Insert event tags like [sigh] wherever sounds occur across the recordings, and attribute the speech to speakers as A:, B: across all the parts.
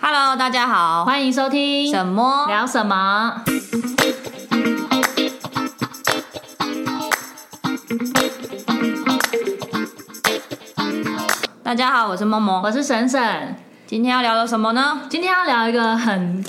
A: Hello，大家好，
B: 欢迎收听
A: 什么？
B: 聊什么？
A: 大家好，我是默默。
B: 我是沈沈，
A: 今天要聊的什么
B: [laughs]
A: 呢？
B: 今天要聊一个很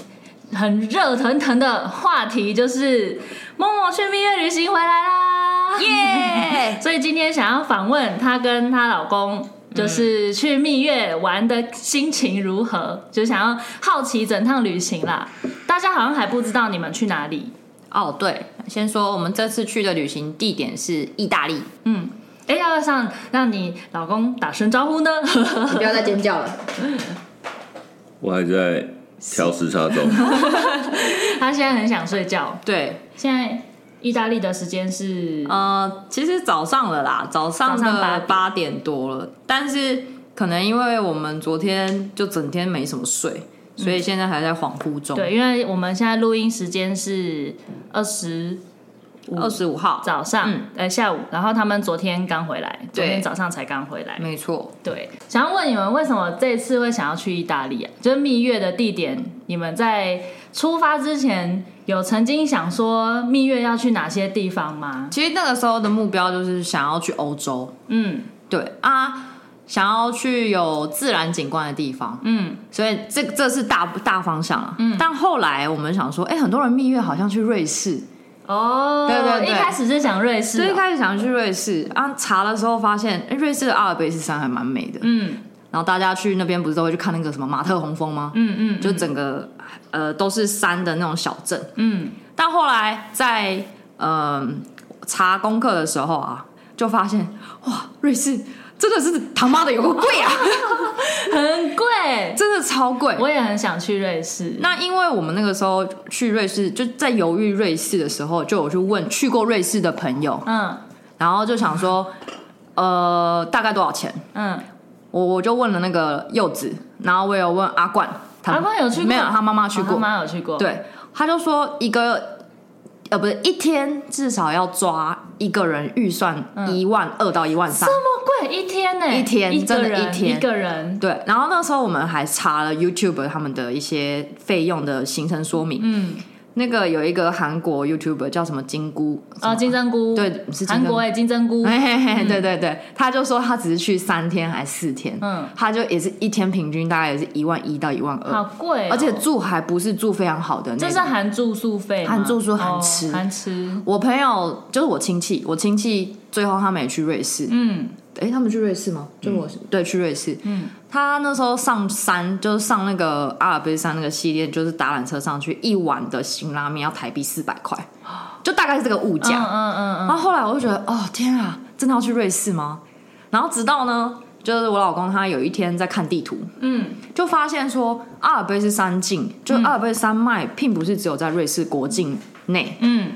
B: 很热腾腾的话题，就是默默去蜜月旅行回来啦！
A: 耶
B: 所以今天想要访问她跟她老公，就是去蜜月玩的心情如何，就想要好奇整趟旅行啦。大家好像还不知道你们去哪里，
A: 哦，对，先说我们这次去的旅行地点是意大利。
B: 嗯。哎，要不要让让你老公打声招呼呢？ [laughs]
C: 不要再尖叫了。
D: 我还在调时差中，
B: 他现在很想睡觉。
A: 对，
B: 现在意大利的时间是
A: 呃，其实早上了啦，早上
B: 早上八
A: 的
B: 点
A: 八点多了，但是可能因为我们昨天就整天没什么睡，所以现在还在恍惚中。
B: 对，因为我们现在录音时间是二十
A: 二十五号，
B: 早上，
A: 嗯
B: 呃下午，然后他们昨天刚回来，昨
A: 对
B: 天早上才刚回来。
A: 没错。
B: 对，想要问你们为什么这次会想要去意大利啊？就是蜜月的地点，你们在出发之前有曾经想说蜜月要去哪些地方吗？
A: 其实那个时候的目标就是想要去欧洲，
B: 嗯
A: 对啊，想要去有自然景观的地方。
B: 嗯，
A: 所以这这是大大方向啊。嗯，但后来我们想说，哎、很多人蜜月好像去瑞士，
B: 哦，
A: 对对对
B: 一开始是想瑞士
A: 所以一
B: 哦、
A: 开始想去瑞士啊，查的时候发现，哎、瑞士的阿尔卑斯山还蛮美的。
B: 嗯
A: 然后大家去那边不是都会去看那个什么马特洪峰吗？
B: 嗯嗯，
A: 就整个呃都是山的那种小镇。
B: 嗯
A: 但后来在嗯、查功课的时候啊，就发现哇，瑞士真的是他妈的有个贵啊， [laughs]
B: 很贵，
A: 真的超贵。
B: 我也很想去瑞士。
A: 那因为我们那个时候去瑞士，就在犹豫瑞士的时候，就有去问去过瑞士的朋友，
B: 嗯
A: 然后就想说，呃，大概多少钱？
B: 嗯，
A: 我我就问了那个柚子，然后我有问阿冠，他
B: 阿冠有去过
A: 没有？他妈妈去
B: 哦
A: 过，
B: 他妈有去过。，
A: 对，他就说一个。呃，不是，一天至少要抓一个人预算
B: 嗯
A: 一万二到一万三
B: 这，么哦贵一天呢、
A: 一天
B: 一个
A: 真的
B: 人
A: 一天
B: 一个人。
A: 对。然后那时候我们还查了 YouTube 他们的一些费用的行程说明，
B: 嗯，
A: 那个有一个韩国 YouTuber 叫什么金菇
B: 哦，金针菇，
A: 对是金针
B: 韩
A: 菇
B: 国哎，金针菇，
A: 哎 [laughs] 嘿嘿嘿，对对对，他就说他只是去三天还四天，
B: 嗯
A: 他就也是一天平均大概也是一万一到一万
B: 好
A: 二，
B: 贵哦、
A: 而且住还不是住非常好的那
B: 这
A: 种。
B: 是含住宿费吗，
A: 含住宿含吃
B: 哦含吃。
A: 我朋友就是我亲戚，我亲戚最后他们也去瑞士，
B: 嗯
A: 哎、他们去瑞士吗？就我、对去瑞士，
B: 嗯，
A: 他那时候上山就是上那个阿尔卑斯山那个系列，就是搭缆车上去，一碗的辛拉面要台币四百块，就大概是这个物价。
B: 嗯嗯嗯嗯，
A: 然后后来我就觉得，哦天啊，真的要去瑞士吗？然后直到呢，就是我老公他有一天在看地图，
B: 嗯，
A: 就发现说阿尔卑斯山境，就阿尔卑斯山脉，并不是只有在瑞士国境内，
B: 嗯，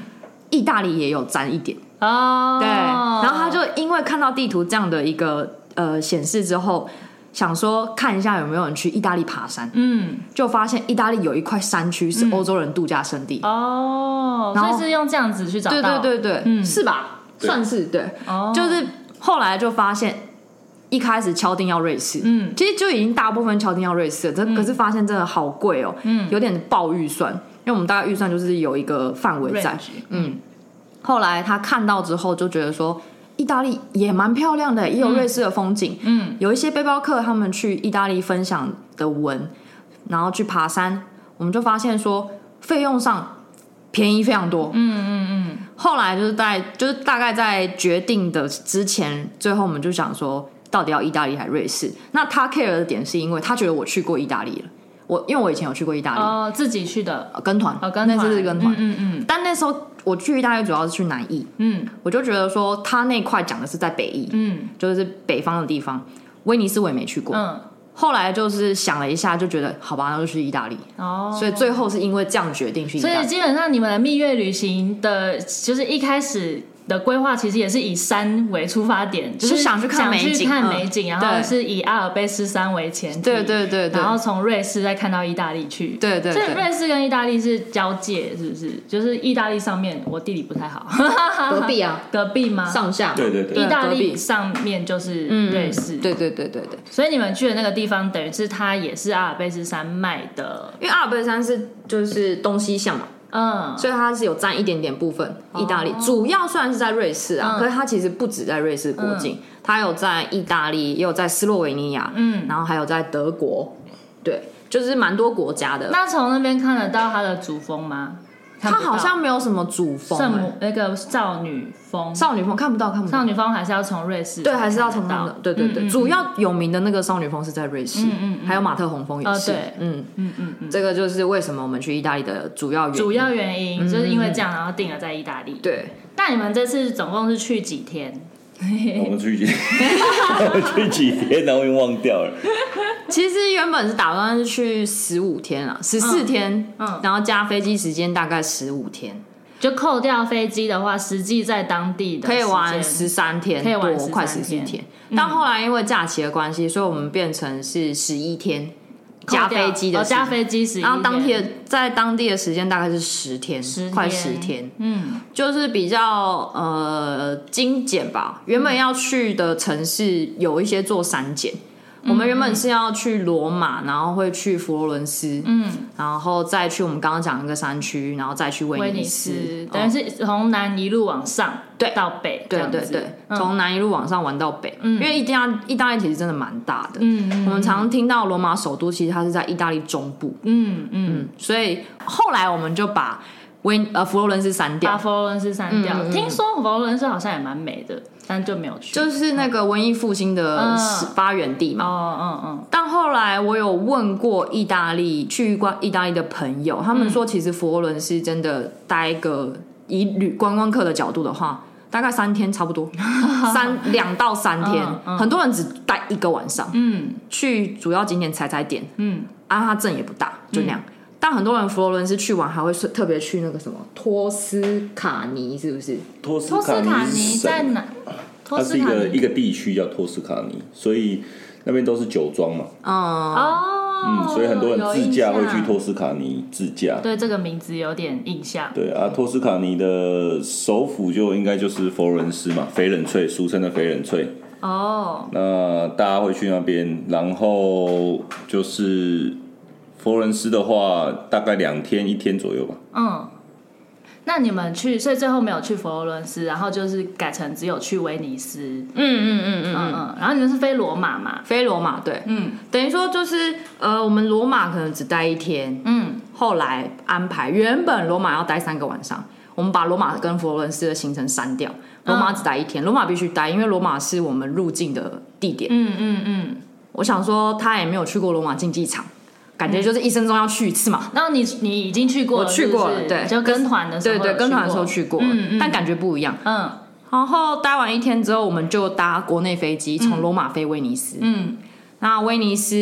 A: 意大利也有沾一点。
B: 哦，
A: 对，然后他就因为看到地图这样的一个呃显示之后，想说看一下有没有人去意大利爬山，
B: 嗯
A: 就发现意大利有一块山区是欧洲人度假胜地。
B: 哦，
A: 然后
B: 所以是用这样子去找
A: 对
B: 到，
A: 对对对，
B: 嗯
A: 是吧？
D: 对
A: 算是对。
B: 哦，
A: 就是后来就发现，一开始敲定要瑞士，
B: 嗯
A: 其实就已经大部分敲定要瑞士了，这可是发现真的好贵哦、
B: 嗯
A: 有点爆预算，因为我们大概预算就是有一个范围在
B: Range，
A: 嗯。后来他看到之后就觉得说，意大利也蛮漂亮的，也有瑞士的风景，
B: 嗯
A: 有一些背包客他们去意大利分享的文，然后去爬山，我们就发现说费用上便宜非常多。嗯嗯嗯。后来就是在就是大概在决定的之前，最后我们就想说，到底要意大利还是瑞士？那他 care 的点是因为他觉得我去过意大利了，我因为我以前有去过意大利，
B: 哦，自己去的，
A: 呃跟团，
B: 哦，
A: 嗯
B: 跟团，
A: 那次是跟团。
B: 嗯嗯
A: 但那时候我去意大利主要是去南意，
B: 嗯
A: 我就觉得说他那块讲的是在北意，
B: 嗯
A: 就是北方的地方。威尼斯我也没去过，
B: 嗯
A: 后来就是想了一下，就觉得好吧，那就去意大利。
B: 嗯，哦，
A: 所以最后是因为这样决定去意
B: 所
A: 大
B: 以
A: 利。
B: 基本上你们的蜜月旅行的，就是一开始的规划其实也是以山为出发点，就是
A: 想去看美景
B: 想去看
A: 嗯
B: 美景，然后
A: 对
B: 是以阿尔卑斯山为前提，
A: 对对对对
B: 然后从瑞士再看到意大利去，
A: 对对
B: 所以
A: 对
B: 瑞士跟意大利是交界，是不是？就是意大利上面，我地理不太好， [laughs]
C: 隔壁啊，
B: 隔壁吗？
C: 上下
D: 对对
B: 意
D: 对，
B: 大
A: 隔
B: 利
A: 壁
B: 上面就是
A: 嗯
B: 瑞士，
A: 对对对对对，
B: 所以你们去的那个地方，等于是它也是阿尔卑斯山脉的，
A: 因为阿尔卑斯山是就是东西向嘛，
B: 嗯，
A: 所以它是有占一点点部分。意大利主要虽然是在瑞士啊，
B: 哦嗯
A: 可是它其实不止在瑞士国境，它有在意大利，也有在斯洛维尼亚，
B: 嗯
A: 然后还有在德国，对，就是蛮多国家的。
B: 那从那边看得到它的主峰吗？
A: 它
B: 看不到
A: 好像没有什么主峰、
B: 圣
A: 欸，
B: 母那个少女峰，
A: 少女峰看不到，看不
B: 少
A: 到。
B: 女峰还是要从瑞士
A: 对，还是要
B: 才
A: 从
B: 看得
A: 那个
B: 到，
A: 对对对，
B: 嗯嗯
A: 主要有名的那个少女峰是在瑞士，
B: 嗯嗯
A: 还有马特洪峰也是，
B: 哦对
A: 嗯，
B: 嗯嗯嗯，
A: 这个就是为什么我们去意大利的主要原因。
B: 主要原因就是因为这样，然后定了在意大利。
A: 对，
B: 那你们这次总共是去几天？
D: [laughs] 我们去几， [laughs] 我们去几天，然后又忘掉了。
A: 其实原本是打算是去十五天啊，十四天，
B: 嗯
A: 然后加飞机时间大概十五天，
B: 就扣掉飞机的话，实际在当地的
A: 可以玩
B: 时间
A: 十三天
B: 可以玩
A: 多，
B: 13
A: 快十四
B: 天嗯
A: 天。但后来因为假期的关系，所以我们变成是十一天
B: 扣掉
A: 加飞机
B: 哦
A: 的时间，
B: 加飞机十一天，
A: 然后当地的在当地的时间大概是十天，
B: 10
A: 快十天，，
B: 嗯
A: 就是比较呃精简吧。原本要去的城市有一些做删减。我们原本是要去罗马，然后会去佛罗伦斯，
B: 嗯，
A: 然后再去我们刚刚讲的那个山区，然后再去
B: 威
A: 威
B: 尼
A: 斯
B: 斯，，等于
A: 嗯
B: 是从南一路往上，
A: 对
B: 到北，这
A: 对
B: 样
A: 对
B: 子
A: 对，
B: 嗯
A: 从南一路往上玩到北，因为意大意大利其实真的蛮大的。
B: 嗯嗯
A: 我们常听到罗马首都，其实它是在意大利中部，
B: 嗯嗯，
A: 嗯，所以后来我们就把威呃佛罗伦斯删
B: 把
A: 掉，
B: 佛罗伦斯删掉。
A: 嗯嗯嗯
B: 听说佛罗伦斯好像也蛮美的，但就没有去。
A: 就是那个文艺复兴的
B: 嗯
A: 始发源地嘛。
B: 哦嗯
A: 但后来我有问过意大利去过意大利的朋友，他们说其实佛罗伦斯真的待个以旅观光客的角度的话，大概三天差不
B: [laughs]
A: 多，三两到三天
B: 嗯，嗯
A: 很多人只待一个晚上，
B: 嗯
A: 去主要景点踩踩点，
B: 嗯
A: 啊，它镇也不大，就那样。但很多人佛罗伦斯去玩还会是特别去那个什么
C: 托斯卡尼是不是？
D: 托
B: 嗯，
D: 斯
B: 托斯卡
D: 卡尼
B: 尼
D: 是
B: 在
D: 省啊
B: 哪？托
D: 它
B: 斯
D: 是一
B: 卡
D: 个
B: 尼
D: 一个地区叫托斯卡尼，所以那边都是酒庄嘛，
A: 嗯
B: 哦，
D: 嗯，所以很多人自驾会
B: 有
D: 去
B: 印象。
D: 托斯卡尼自驾。
B: 对这个名字有点印象。
D: 对啊，托斯卡尼的首府就应该就是佛罗伦斯嘛，翡冷翠，俗称的翡冷翠。
B: 哦，
D: 那大家会去那边，然后就是佛罗伦斯的话，大概两天一天左右吧。
B: 嗯。那你们去，所以最后没有去佛罗伦斯，然后就是改成只有去威尼斯，
A: 嗯嗯嗯嗯
B: 嗯
A: 嗯，
B: 嗯，然后你们是飞罗马嘛，
A: 飞罗马对，
B: 嗯
A: 等于说就是呃，我们罗马可能只待一天，
B: 嗯，
A: 后来安排原本罗马要待三个晚上，我们把罗马跟佛罗伦斯的行程删掉，罗马只待一天，罗马必须待，因为罗马是我们入境的地点。
B: 嗯嗯嗯。
A: 我想说他也没有去过罗马竞技场，感
B: 嗯
A: 觉就是一生中要去一次嘛。
B: 然后你你已经去过了，
A: 我去过了
B: 是不是
A: 对
B: 就跟团的时候
A: 对
B: 有，
A: 对，跟团的时候去过，
B: 嗯嗯
A: 但感觉不一样。
B: 嗯
A: 然后待完一天之后，我们就搭国内飞机从罗马飞威尼斯。
B: 嗯
A: 那威尼斯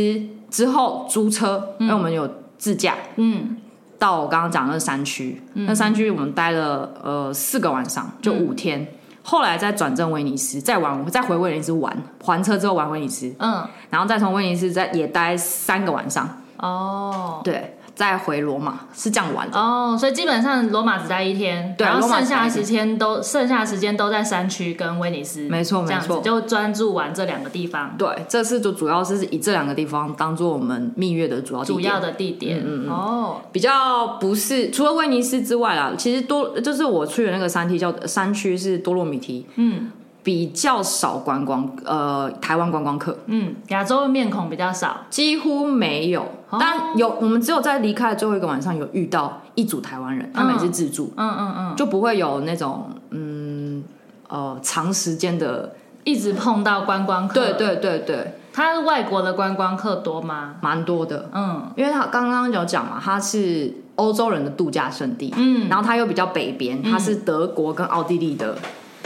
A: 之后租车，因为我们有自驾，
B: 嗯
A: 到我刚刚讲的那山区，那山区我们待了呃四个晚上，就五
B: 嗯
A: 天。后来再转正威尼斯，再玩，再回威尼斯玩，还车之后玩威尼斯，
B: 嗯，
A: 然后再从威尼斯再也待三个晚上，
B: 哦
A: 对，再回罗马，是这样玩的。
B: 哦，所以基本上罗马只待一天，
A: 对啊
B: 然后
A: 罗马
B: 剩
A: 只
B: 下
A: 待
B: 的
A: 一
B: 时
A: 天
B: 间都剩下的时间都在山区跟威尼斯，
A: 没错
B: 这样子
A: 没错
B: 就专注玩这两个地方
A: 对，这次就主要是以这两个地方当做我们蜜月的主要地
B: 主
A: 点嗯
B: 要的地点，哦，
A: 比较不是除了威尼斯之外啦，其实多就是我去的那个山梯叫山区是多洛米提，
B: 嗯
A: 比较少观光呃台湾观光客
B: 嗯，亚洲的面孔比较少，
A: 几乎没有，但有我们只有在离开的最后一个晚上有遇到一组台湾人，他们也是自助，
B: 嗯嗯嗯，
A: 就不会有那种嗯呃长时间的，
B: 一直碰到观光
A: 对，
B: 客，
A: 对对对，
B: 他外国的观光客多吗？
A: 蛮多的，
B: 嗯
A: 因为他刚刚有讲嘛，他是欧洲人的度假胜地，
B: 嗯
A: 然后它又比较北边，它是德国跟奥地利的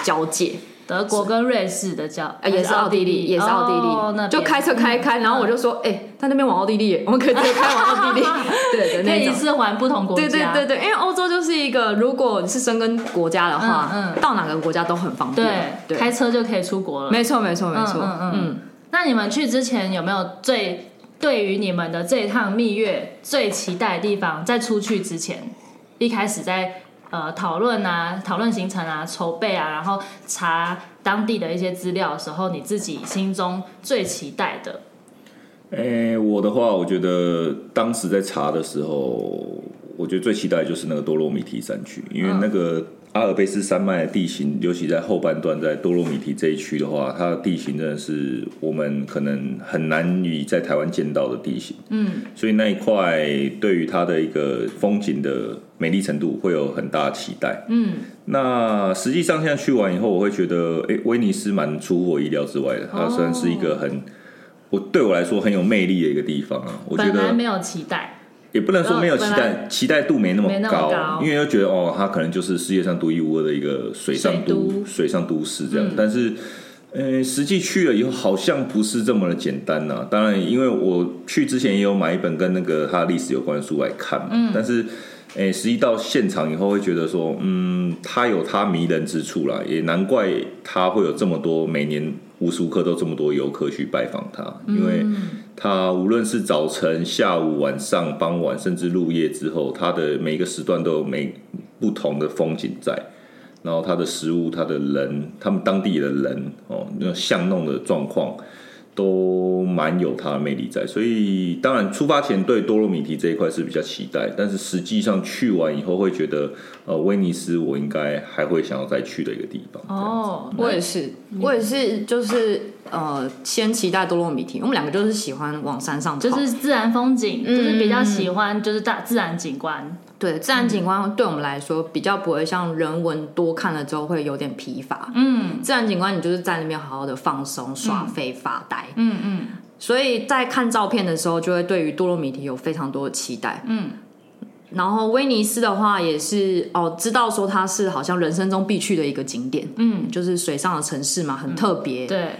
A: 交界，
B: 德国跟瑞士的叫
A: 啊，也是奥地利，也是奥地利，
B: 哦那边嗯
A: 就开车开一开，然后我就说，哎、在那边玩奥地利 [laughs] 耶，我们可以直接开往奥
B: [laughs]
A: 地利，对的
B: 可以
A: 那
B: 一
A: 种。
B: 次玩不同国
A: 对
B: 家，
A: 对对对，因为欧洲就是一个，如果你是生根国家的话，
B: 嗯嗯
A: 到哪个国家都很方便。啊
B: 对
A: 对，
B: 开车就可以出国了。
A: 没错没错没错，
B: 嗯嗯
A: 嗯
B: 那你们去之前有没有最对于你们的这一趟蜜月最期待的地方？在出去之前，一开始在呃讨论啊、讨论行程啊、筹备啊，然后查当地的一些资料的时候，你自己心中最期待的，
D: 诶、我的话，我觉得当时在查的时候，我觉得最期待的就是那个多洛米提山区，因为那个阿尔卑斯山脉的地形，尤其在后半段，在多洛米提这一区的话，它的地形真的是我们可能很难以在台湾见到的地形。嗯，所以那一块对于它的一个风景的美丽程度会有很大的期待。
B: 嗯
D: 那实际上现在去完以后，我会觉得，诶，威尼斯蛮出乎我意料之外的，
B: 哦
D: 它算是一个很，我对我来说很有魅力的一个地方啊。我觉
B: 本来
D: 得
B: 没有期待，
D: 也不能说没有期
A: 呃本
D: 待，期待度没那么
B: 没那么
D: 高，
B: 高
D: 因为又觉得哦，它可能就是世界上独一无二的一个水上都
B: 水都嗯
D: 水上都市这样，但是。呃，实际去了以后好像不是这么的简单呐、当然，因为我去之前也有买一本跟那个它的历史有关的书来看嘛。
B: 嗯
D: 但是，诶、实际到现场以后会觉得说，嗯，它有它迷人之处啦，也难怪它会有这么多每年无时无刻都这么多游客去拜访它，
B: 嗯
D: 因为它无论是早晨、下午、晚上、傍晚，甚至入夜之后，它的每一个时段都有每不同的风景在。然后它的食物、它的人、他们当地的人哦，那巷弄的状况都蛮有它的魅力在。所以当然出发前对多洛米提这一块是比较期待，但是实际上去完以后会觉得，呃，威尼斯我应该还会想要再去的一个地方。
B: 哦，
A: 我也是，我也是，就是呃，先期待多洛米提，我们两个就是喜欢往山上跑，
B: 就是自然风景，
A: 嗯
B: 就是比较喜欢就是大自然景观，
A: 对自然景观对我们来说比较不会像人文多看了之后会有点疲乏，
B: 嗯
A: 自然景观你就是在那边好好的放松、耍废、发呆，
B: 嗯嗯，
A: 所以在看照片的时候就会对于多洛米提有非常多的期待，
B: 嗯。
A: 然后威尼斯的话也是哦，知道说它是好像人生中必去的一个景点，
B: 嗯，
A: 就是水上的城市嘛，很特别。
B: 对，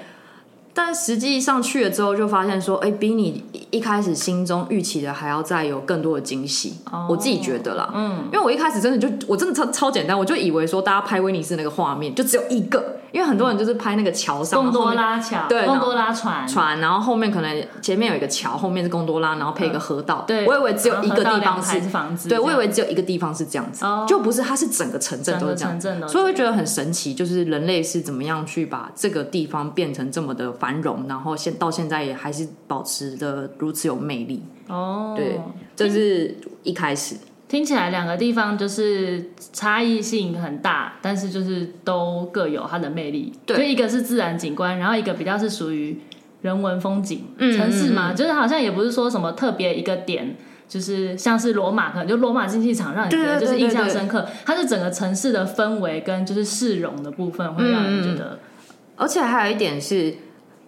A: 但实际上去了之后，就发现说，哎，比你一开始心中预期的还要再有更多的惊喜。
B: 哦
A: 我自己觉得啦，
B: 嗯
A: 因为我一开始真的就我真的超超简单，我就以为说大家拍威尼斯那个画面就只有一个，因为很多人就是拍那个桥上，
B: 贡多
A: 然后后面
B: 拉桥，
A: 对然后
B: 贡多拉船，
A: 船，然后后面可能前面有一个桥，后面是贡多拉，然后配一个河道。
B: 嗯对，
A: 我以为只有一个
B: 然后
A: 地
B: 河
A: 方
B: 道两排
A: 是
B: 是房子这
A: 对，
B: 样，
A: 我以为只有一个地方是这样子，
B: 哦
A: 就不是，它是整个城镇都是这样
B: 整个城镇都
A: 子，
B: 是
A: 所以会觉得很神奇，就是人类是怎么样去把这个地方变成这么的繁荣，然后现到现在也还是保持的如此有魅力。
B: 哦，
A: 对，这是一开始，
B: 听起来两个地方就是差异性很大，但是就是都各有它的魅力。
A: 对
B: 就一个是自然景观，然后一个比较是属于人文风景、
A: 嗯
B: 城市嘛，就是好像也不是说什么特别一个点。就是像是罗马，可能就罗马竞技场让你觉得
A: 对对对
B: 就是印象
A: 对对
B: 深刻，它是整个城市的氛围跟就是市容的部分会让人觉得
A: 嗯而且还有一点是，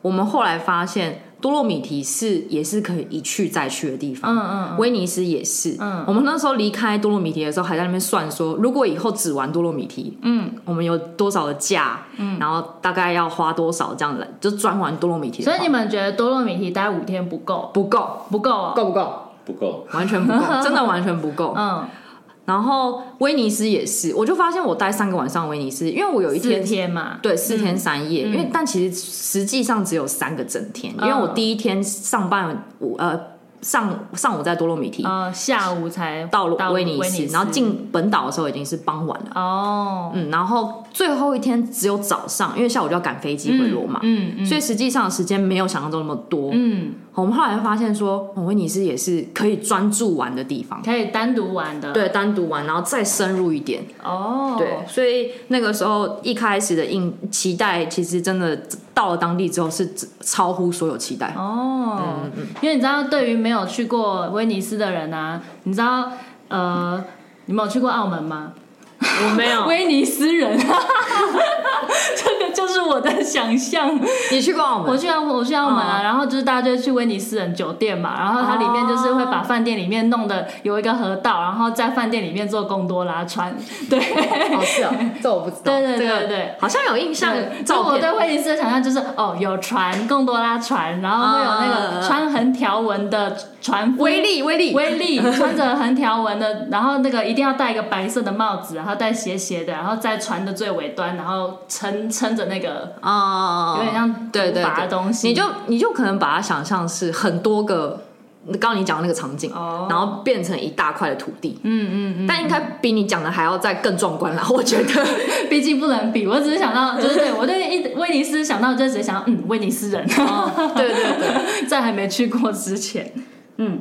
A: 我们后来发现多洛米提是也是可以一去再去的地方。
B: 嗯嗯嗯
A: 威尼斯也是，
B: 嗯
A: 我们那时候离开多洛米提的时候，还在那边算说，如果以后只玩多洛米提，
B: 嗯，
A: 我们有多少的价，嗯，然后大概要花多少这样子，就专玩多洛米提的
B: 所
A: 话。
B: 以你们觉得多洛米提待五天不够，
A: 不够，
B: 不够哦、
C: 够不够？
D: 不够，
A: 完全不
B: [laughs]
A: 够，真的完全不够。
B: 嗯，
A: 然后威尼斯也是，我就发现我待三个晚上威尼斯，因为我有一
B: 四
A: 天
B: 天嗯嘛，
A: 对，四天三夜，因为但其实实际上只有三个整天，
B: 嗯
A: 因为我第一天上半午呃上上午在多洛米提、
B: 呃，下午才
A: 到
B: 到
A: 了威尼
B: 尼
A: 斯，然后进本岛的时候已经是傍晚了，
B: 哦，
A: 嗯，然后最后一天只有早上，因为下午就要赶飞机回罗马，
B: 嗯嗯
A: 所以实际上的时间没有想象中那么多。
B: 嗯，
A: 我们后来发现说，哦威尼斯也是可以专注玩的地方。
B: 可以单独玩的，，
A: 对，单独玩，然后再深入一点。
B: 哦，
A: 对，所以那个时候一开始的应期待，其实真的到了当地之后是超乎所有期待。嗯
B: 哦，因为你知道，对于没有去过威尼斯的人啊，你知道，呃，你们有去过澳门吗？
A: 我没
B: [laughs]
A: 有，
B: 威尼斯人，这个就是我的想象。
A: 你去过澳
B: 我
A: 门？
B: 去澳，我去澳门啊，
A: 哦哦
B: 然后就是大家就去威尼斯人酒店嘛，然后它里面就是会把饭店里面弄的有一个河道，然后在饭店里面做贡多拉船。 [laughs] 对，
C: 哦，是
B: [laughs]
C: 哦，这我不知道。
B: 对对
A: 啊这
B: 对
A: 个
B: 对。
A: 好像有印象
B: 对，
A: 照
B: 我
A: 片
B: 对会议室的想象就是哦，有船，贡多拉船，然后会有那
A: [laughs] 啊
B: 个穿横条纹的船夫
A: 威力威力，
B: 威
A: [laughs]
B: 力穿着横条纹的，然后那个一定要戴一个白色的帽子，然后戴斜斜的，然后在船的最尾端，然后撑撑着那个
A: 啊，
B: 有点像
A: 对对
B: 竹筏的
A: 对
B: 东西，
A: 你就你就可能把它想象是很多个，刚刚你讲的那个场景，
B: 哦
A: 然后变成一大块的土地，
B: 嗯嗯
A: 但应该比你讲的还要再更壮观啦， [laughs] 我觉得。
B: 嗯， [laughs] 毕竟不能比，我只是想到就是对我对一威尼斯想到就直接想到嗯威尼斯人，
A: 哦对对对，
B: [laughs] 在还没去过之前，嗯。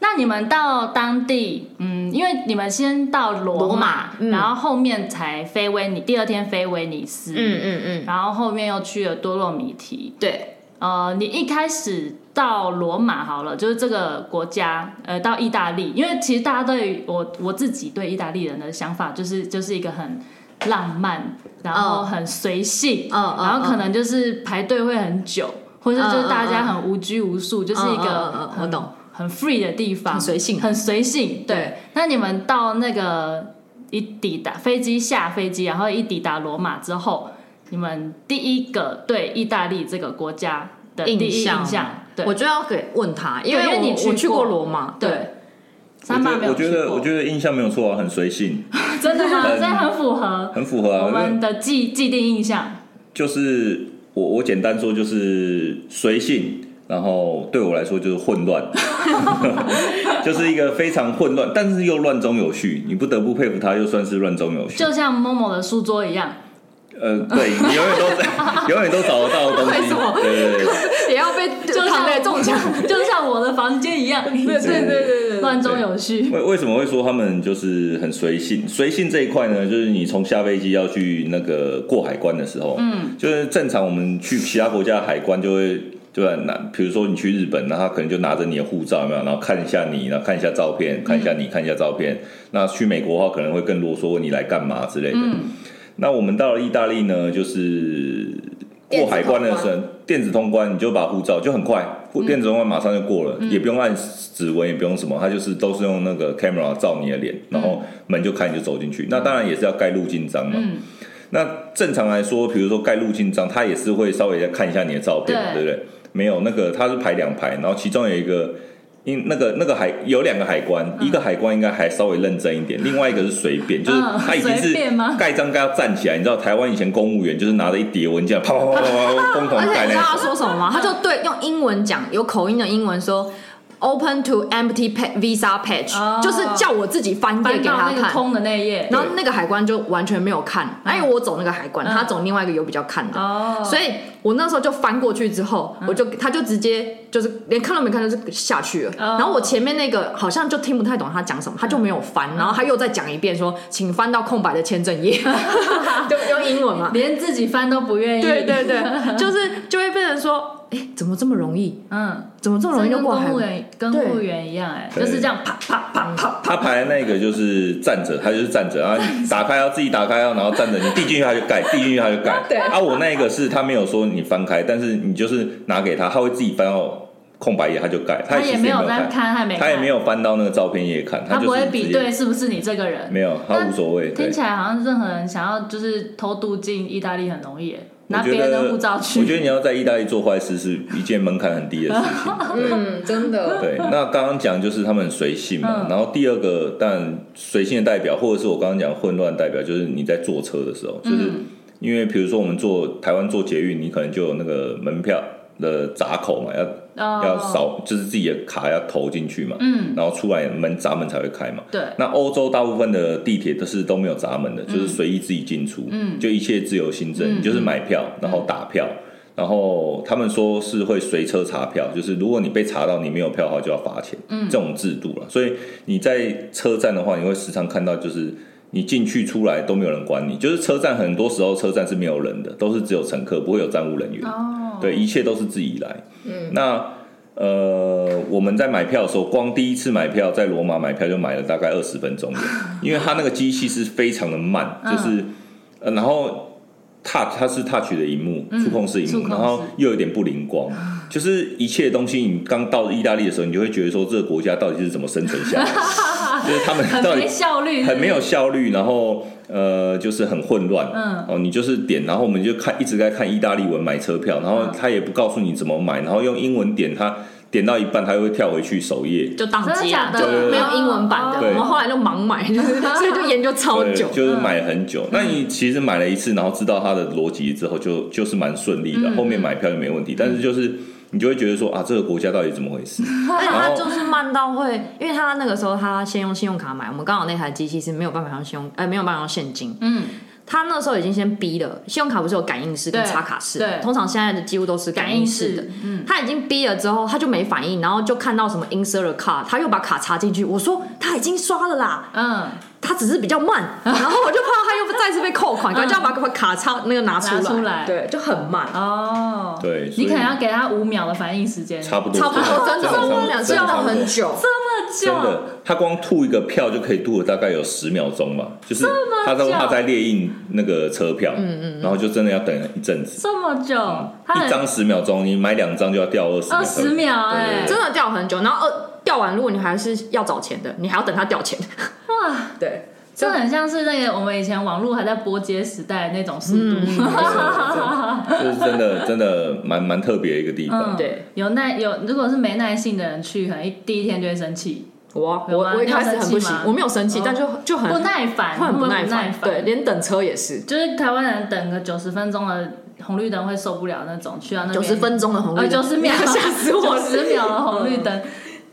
B: 那你们到当地，嗯，因为你们先到罗
A: 罗
B: 马
A: 马，嗯
B: 然后后面才飞威尼，第二天飞威尼斯，
A: 嗯嗯嗯，
B: 然后后面又去了多洛米提，
A: 对，
B: 呃，你一开始到罗马好了，就是这个国家，呃，到意大利，因为其实大家对于我我自己对意大利人的想法，就是就是一个很浪漫，然后
A: 嗯
B: 很随性，
A: 嗯嗯
B: 然后可能就是排队会很久，或者就是大
A: 嗯
B: 家
A: 嗯嗯
B: 很无拘无束，就是一
A: 嗯嗯嗯
B: 个
A: 嗯
B: 很
A: 我懂
B: 很 free 的地方，
A: 很随性
B: 很随性。对
A: 对，
B: 那你们到那个一抵达飞机下飞机，然后一抵达罗马之后，你们第一个对意大利这个国家的第一印
A: 象
B: 象，对，
A: 我就要给问他，因为
B: 因为
A: 我
B: 你去
A: 我去
B: 过
A: 过罗马，对，
B: 三八没有
D: 我觉
B: 去
D: 得
B: 过
D: 我觉得印象没有错啊，很随性，
B: [laughs] 真的吗？
D: 很
B: 真的很符合
D: 很符合啊。
B: 我
D: 因为
B: 们的既既定印象。
D: 就是我我简单说就是随性，然后对我来说就是混乱， [laughs] 就是一个非常混乱，但是又乱中有序，你不得不佩服他，又算是乱中有序。
B: 就像某某的书桌一样，
D: 呃，对，你永远都
A: [laughs]
D: 在，永远都找得到东
A: 为
D: 西
A: 什么，
D: 对对
A: [laughs]
D: 对，
A: 也要被
B: 就
A: 躺
B: 像
A: 在中 [laughs] 奖，，
B: [laughs] 就像我的房间一样，对
A: 对对对对
B: 乱中有序。
D: 为为什么会说他们就是很随性？随性这一块呢，就是你从下飞机要去那个过海关的时候，嗯，就是正常我们去其他国家的海关就会。就很拿，比如说你去日本，那他可能就拿着你的护照，有没有？然后看一下你，然后看一下照片，看一下你，看一下照片。那去美国的话，可能会更啰嗦，问你来干嘛之类的。那我们到了意大利呢，就是过海关的时候，电子通关，你就把护照就很快，
B: 嗯
D: 电子通关马上就过了，也不用按指纹，也不用什么，它就是都是用那个 camera 照你的
B: 嗯
D: 脸，然后门就开，你就走进去。那当然也是要盖入境章嘛。
B: 嗯
D: 那正常来说，比如说盖入境章，它也是会稍微再看一下你的照片，
B: 对
D: 对不对？没有那个，它是排两排，然后其中有一个。因那个那个海有两个海关，一个海关应该还稍微认真一点，另外一个是随便，就是
B: 嗯
D: 他已经
B: 随
D: 是
B: 便吗
D: 盖章盖到站起来。你知道台湾以前公务员就是拿着一叠文件，啪啪啪啪啪啪疯狂
A: 而且
D: 盖
A: 你知
D: 那
A: 道他
D: 种。
A: 说什么嗯吗？他就对用英文讲，有口音的英文说。Open to empty pa- visa page，、
B: 哦
A: 就是叫我自己翻页
B: 翻
A: 给
B: 到
A: 他
B: 那个
A: 看，
B: 空的那一页，
A: 然后那个海关就完全没有看，哎，我走那个海关，
B: 嗯
A: 他走另外一个有比较看的，
B: 哦，
A: 所以我那时候就翻过去之后，我就他就直接就是连看都没看就是下去了，
B: 哦
A: 然后我前面那个好像就听不太懂他讲什么，他就没有翻，然后他又再讲一遍说，请翻到空白的签证页，就用英文嘛，
B: [laughs] 连自己翻都不愿意。
A: 对对对， [laughs] 就是就会变成说，哎，怎么这么容易？
B: [laughs] 嗯，
A: 怎么这么容易就
B: 这跟
A: 过海
B: 公务
A: 了？
B: 员跟
A: 对
B: 公务员一样，哎，就
D: 对
B: 是这样啪啪啪啪
D: 他排的那个就是站着，他就是站着，然后你打开要自己打开要，啊然后站着，你递进去他就
B: [laughs]
D: 盖，递进去他就盖。对。啊，我那个是他没有说你翻开，但是你就是拿给他，他会自己翻到空白页，他就盖。
B: 他
D: 其
B: 也
D: 实
B: 没
D: 也
B: 有
D: 有
B: 在
D: 看，
B: 看，他也没看
D: 他也没，有翻到那个照片页看，
B: 他
D: 就
B: 不会
D: 是
B: 比
D: 直
B: 对
D: 接
B: 是不是你这个人。
D: 没有，他无所谓。对
B: 听。起来好像任何人想要就是偷渡进意大利很容易，哎拿
D: 我觉
B: 别人的
D: 得
B: 护照去。
D: 我觉得你要在意大利做坏事是一件门槛很低的事情。
A: [laughs]
C: 嗯，真的。
D: 对，那刚刚讲就是他们很随性嘛，
B: 嗯
D: 然后第二个，但随性的代表，或者是我刚刚讲混乱的代表，就是你在坐车的时候，就是
B: 嗯
D: 因为比如说我们坐台湾坐捷运，你可能就有那个门票的闸口嘛，要、
B: 哦
D: 要扫，就是自己的卡要投进去嘛，
B: 嗯，
D: 然后出来门闸门才会开嘛。
B: 对，
D: 那欧洲大部分的地铁都是都没有闸门的，就是随意自己进出，
B: 嗯
D: 就一切自由行政，
B: 嗯
D: 你就是买票，然后打票，然后他们说是会随车查票，就是如果你被查到你没有票的话就要罚钱，嗯，这种制度了。所以你在车站的话，你会时常看到就是。你进去出来都没有人管你，就是车站很多时候车站是没有人的，都是只有乘客，不会有站务人员。
B: 哦，
D: 对，一切都是自己来。嗯，那呃，我们在买票的时候，光第一次买票在罗马买票就买了大概二
B: [laughs]
D: 十
B: 嗯
D: 分钟的，因为它那个机器是非常的慢，就是、呃、然后。 touch 它是 touch 的荧幕，触控式
B: 嗯触
D: 荧幕，
B: 控
D: 然后
B: 式
D: 又有点不
B: [laughs]
D: 灵光，就是一切东西你刚到意大利的时候，你就会觉得说这个国家到底是怎么生存
B: [laughs]
D: 下来的，就是他们
B: 很
D: 到底
B: 没效率，
D: 很没有效率，然后呃，就是很混乱。
B: 嗯，
D: 哦，你就是点，然后我们就看一直在看意大利文买车票，然后他也不告诉你怎么买，然后用英文点他。点到一半，他又会跳回去首页，
A: 就宕机啊，
B: 真的假的
A: 就
D: 对对对
A: 没有英文版的。
D: 对
A: 我们后来就盲买， [laughs] 就是所以就研究超
D: 对，
A: 久。
D: 就是买了很久。那你其实买了一次，然后知道它的逻辑之后就，就是蛮顺利的，后面买票就没问题。但是就是你就会觉得说啊，这个国家到底怎么回事？
A: 而且
D: 然
A: 他
D: 后
A: 就是慢到会，因为他那个时候他先用信用卡买，我们刚好那台机器是没有办法用信用，呃，没有办法用现金。
B: 嗯，
A: 他那时候已经先逼了，信用卡不是有感应式跟
B: 对
A: 插卡式，
B: 对
A: 通常现在的几乎都是
B: 感
A: 感
B: 应
A: 应式的
B: 式。，嗯，
A: 他已经逼了之后，他就没反应，然后就看到什么 insert card，他又把卡插进去。我说他已经刷了啦，
B: 嗯，
A: 他只是比较慢。
B: [laughs]
A: 然后我就怕他又再次被扣款，赶快就要把把卡插那个拿出来，
B: 嗯拿出来
A: 对，就很慢。
B: 哦，
D: 对，所
B: 你
D: 以
B: 可能要给他五秒的反应时间，
D: 差不多，
A: 差不多
D: 真
A: 真的
D: 的差不多
A: 我们俩
D: 真的
A: 知道
D: 差不多
C: 很久，
D: 真的，他光吐一个票就可以吐了大概有十秒钟吧，就是他在
B: 久
D: 他在列印那个车票，嗯嗯，然后就真的要等一阵子，
B: 这么久，他
D: 嗯一
B: 很
D: 张十秒钟，你买两张就要掉二十
B: 二十秒哎，
A: 真的掉很久，然后呃掉完，如果你还是要找钱的，你还要等他掉钱。 [laughs]
B: 哇，
C: 对，
B: 这很像是那个我们以前网络还在拨接时代那种速度，
A: 嗯
D: 就是真的真的蛮蛮特别的一个地方。
B: 嗯，
C: 对，
B: 有耐有，如果是没耐性的人去，可能一第一天就会生气，
A: 我啊
B: 有
A: 我
B: 吗
A: 我一开
B: 你
A: 始
B: 有生
A: 很
B: 气
A: 不行
B: 吗，
A: 我没有生气，
B: 哦
A: 但就就很
B: 不耐烦，
A: 会很
B: 不
A: 不耐
B: 烦，
A: 烦，对，连等车也是
B: 就是台湾人等个九十分钟的红绿灯会受不了那种，去到那
A: 九十分钟的红
B: 呃
A: 绿
B: 九
A: 灯， [laughs]
B: 十秒
A: 吓死我了
B: 九十秒的红绿灯，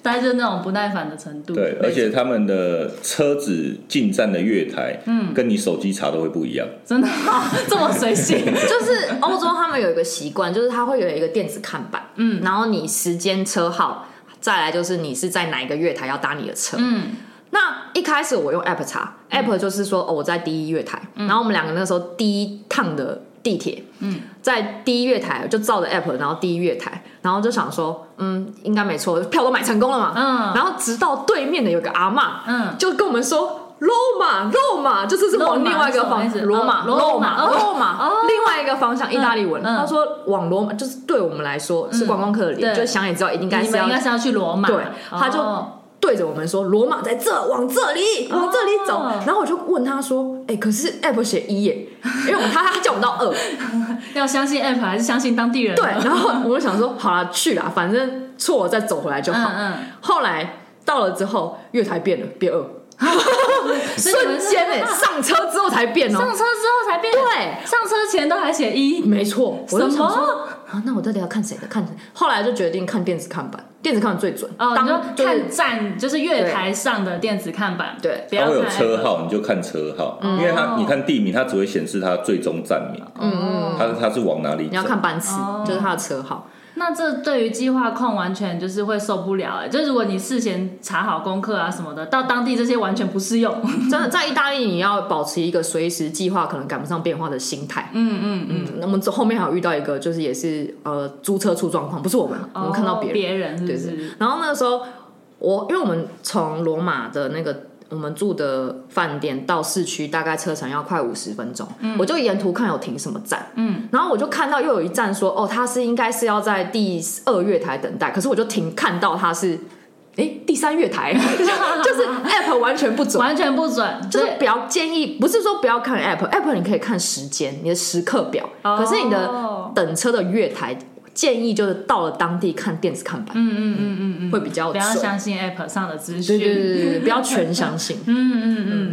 B: 大概就是那种不耐烦的程度。
D: 对，而且他们的车子进站的月台，嗯，跟你手机查都会不一样。
B: 真的、 [laughs] 这么随
D: [laughs]
B: 性，
A: [laughs] 就是欧洲他们有一个习惯，就是他会有一个电子看板，嗯，然后你时间、车号，再来就是你是在哪一个月台要搭你的车。
B: 嗯，
A: 那一开始我用 app 查、a p p 就是说哦我在第一月台，
B: 嗯
A: 然后我们两个那时候第一趟的地铁，嗯，在第一月台就照着 app，然后第一月台，然后就想说，嗯，应该没错，票都买成功了嘛，
B: 嗯
A: 然后直到对面的有个阿嬷，
B: 嗯
A: 就跟我们说。罗马，罗马，就是是往
B: Roma
A: 另外一个方
B: 是什么意思
A: 罗马，
B: 哦，Roma，
A: 罗马，
B: 哦
A: 罗马
B: 哦，
A: 另外一个方向，意大利文。
B: 嗯
A: 他说往罗马，就是对我们来说是观光客的
B: 对
A: 脸，就想也知道应该
B: 你
A: 是
B: 们
A: 要
B: 应该是要去罗马，
A: 对他就
B: 哦
A: 对着我们说罗马在这，往这里，往这里走。
B: 哦
A: 然后我就问他说：“哎、可是 app 写一耶，因为我们他他叫我们
B: [laughs]
A: 到二，
B: 要相信 app 还是相信当地人？
A: 对。然后我就想说，好啦，去啦，反正错了再走回来就好。
B: 嗯嗯
A: 后来到了之后，月台变了，变二，
B: 所以你
A: 瞬
B: 们
A: 间哎、上车之后才变哦、
B: 上车之后才变，
A: 对
B: 上车前都还写一，
A: 没错，嗯我就
B: 什
A: 想说
B: 么？
A: 啊，那我到底要看谁的？看谁？后来就决定看电子看板，电子看板最准。
B: 哦，
A: 当
B: 你
A: 就
B: 就是看站，就是月台上的电子看板，
A: 对
B: 不
D: 它
B: 要
D: 会有
B: 看 app
D: 车号，你就看车号，因为它你看地名，它只会显示它最终站名，
B: 嗯
D: 它它是往哪里
A: 哦你要
D: 走。
A: 看班次，
B: 哦
A: 就是他的车号。
B: 那这对于计划控完全就是会受不了哎、欸，就如果你事先查好功课啊什么的，到当地这些完全不适用。
A: 真的，在意大利你要保持一个随时计划可能赶不上变化的心态。
B: 嗯嗯嗯，
A: 嗯，那我们后面还有遇到一个，就是也是呃租车出状况，不是我们，我们看到别人。
B: 别人是不
A: 对
B: 是？
A: 对。嗯然后那个时候，我因为我们从罗马的那个我们住的饭店到市区，大概车程要快五十分钟，我就沿途看有停什么站，嗯，然后我就看到又有一站说，哦，他是应该是要在第二月台等待，可是我就停看到他是。诶第三月 [laughs] 台就是 app 完全不准，
B: 完全不准，
A: 就是
B: 对
A: 比较建议，不是说不要看 app，app 你可以看时间，你的时刻表。
B: 哦
A: 可是你的等车的月台，建议就是到了当地看电子看板，嗯嗯嗯嗯，会比较
B: 不
A: 准。
B: 要相信 app 上的资
A: 对
B: 讯。
A: 对对对对，不要全相信。
B: 嗯嗯嗯嗯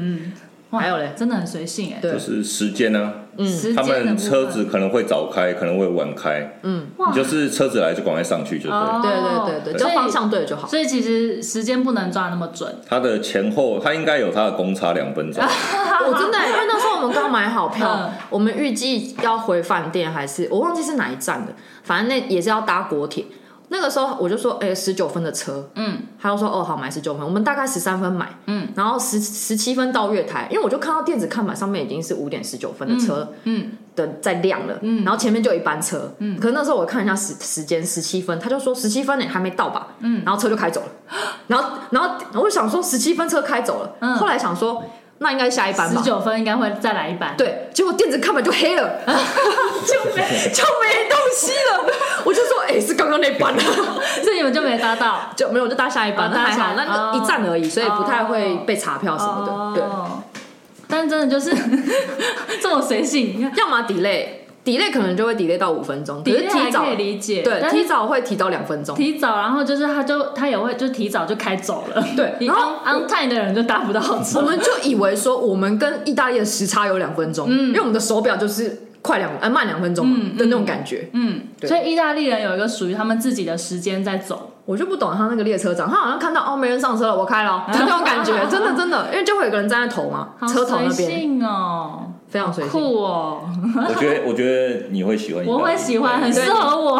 B: 嗯，
A: 还有嘞
B: 真的很随性哎、欸。
A: 对
D: 就是时间啊，
B: 时间
D: 他
B: 的
D: 们
B: 部分
D: 车子可能会早开，可能会晚开，
B: 哇
D: 你就是车子来就赶快上去就对了。
B: 哦
A: 对对对对，只要方向对了就好。
B: 所以其实时间不能抓那么准，
D: 它的前后，它应该有它的公差两分
B: 哦
D: 钟，
A: 我真的，欸因为那时候我们刚买好票
B: 嗯，
A: 我们预计要回饭店，还是我忘记是哪一站的，反正那也是要搭国铁。那个时候我就说，哎、十九分的车，
B: 嗯，
A: 他就说，哦，好，买十九分，我们大概十三分买，
B: 嗯，
A: 然后十十七分到月台，因为我就看到电子看板上面已经是五点十九分的车
B: 嗯，
A: 的在亮了，嗯，然后前面就有一班车，嗯，可是那时候我看一下时时间十七分，他就说十七分呢、还没到吧，嗯，然后车就开走了，然后然后我就想说十七分车开走了，后来想说那应该下一班
B: 十
A: 吧。
B: 九分应该会再来一版，
A: 对，结果电子看板就黑 [laughs] 了，
B: 就没
A: 就没东西了。我就说，哎、是刚刚那班啊，
B: 所以你们就没搭到。
A: [laughs] 就没有，我就搭下一班，
B: 哦
A: 那
B: 搭
A: 还
B: 下
A: 好，那
B: 哦
A: 那一站而已，所以不太会被查票什么的。对，
B: 哦、但真的就是 [laughs] 这么随性，
A: 要么 delay，delay 可能就会 delay 到五分钟，可
B: 比
A: 是提早
B: 可以理解，
A: 对，
B: 但
A: 提
B: 是
A: 早会提早两分钟。
B: 提早，然后就是他就他也会就提早就开走了，
A: [laughs] 对
B: 你
A: 然
B: on
A: 后
B: on time 的人就搭不到车，
A: 我们就以为说我们跟意大利的时差有两分钟，因为我们的手表就是快两呃慢两分钟嘛的那种感觉。
B: 嗯嗯，
A: 对
B: 所以意大利人有一个属于他们自己的时间在走，
A: 我就不懂他那个列车长，他好像看到哦没人上车了，我开了
B: [laughs]
A: 哦，就那种感觉，真的真的，因为就会有个人站在头嘛，
B: 好
A: 车头
B: 随
A: 那边
B: 性哦，
A: 非常随性。
B: 酷哦，
D: 我觉得，我觉得你会 [laughs] 喜欢，
B: 我会喜欢，很
A: 对
B: 适合我，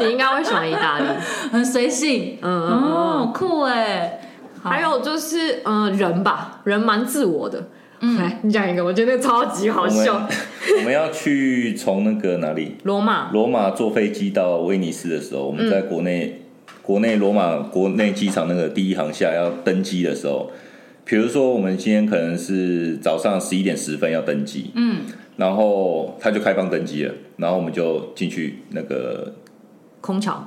A: 你应该会喜欢意
B: [laughs]
A: 大利，
B: 很随性，
A: 嗯嗯
B: 哦
A: 嗯，
B: 酷哎，好
A: 还有就是嗯、呃人吧，人蛮自我的。
B: 嗯
A: 来，你讲一个，我觉得超级好
D: 我
A: 笑
D: 们。 [laughs] 我们要去从那个哪里，
A: 罗马，
D: 罗马坐飞机到威尼斯的时候，我们在
B: 嗯
D: 国内、国内罗马国内机场那个第一航厦要登机的时候，比如说我们今天可能是早上十一点十分要登机，嗯，然后他就开放登机了，然后我们就进去那个
A: 空桥，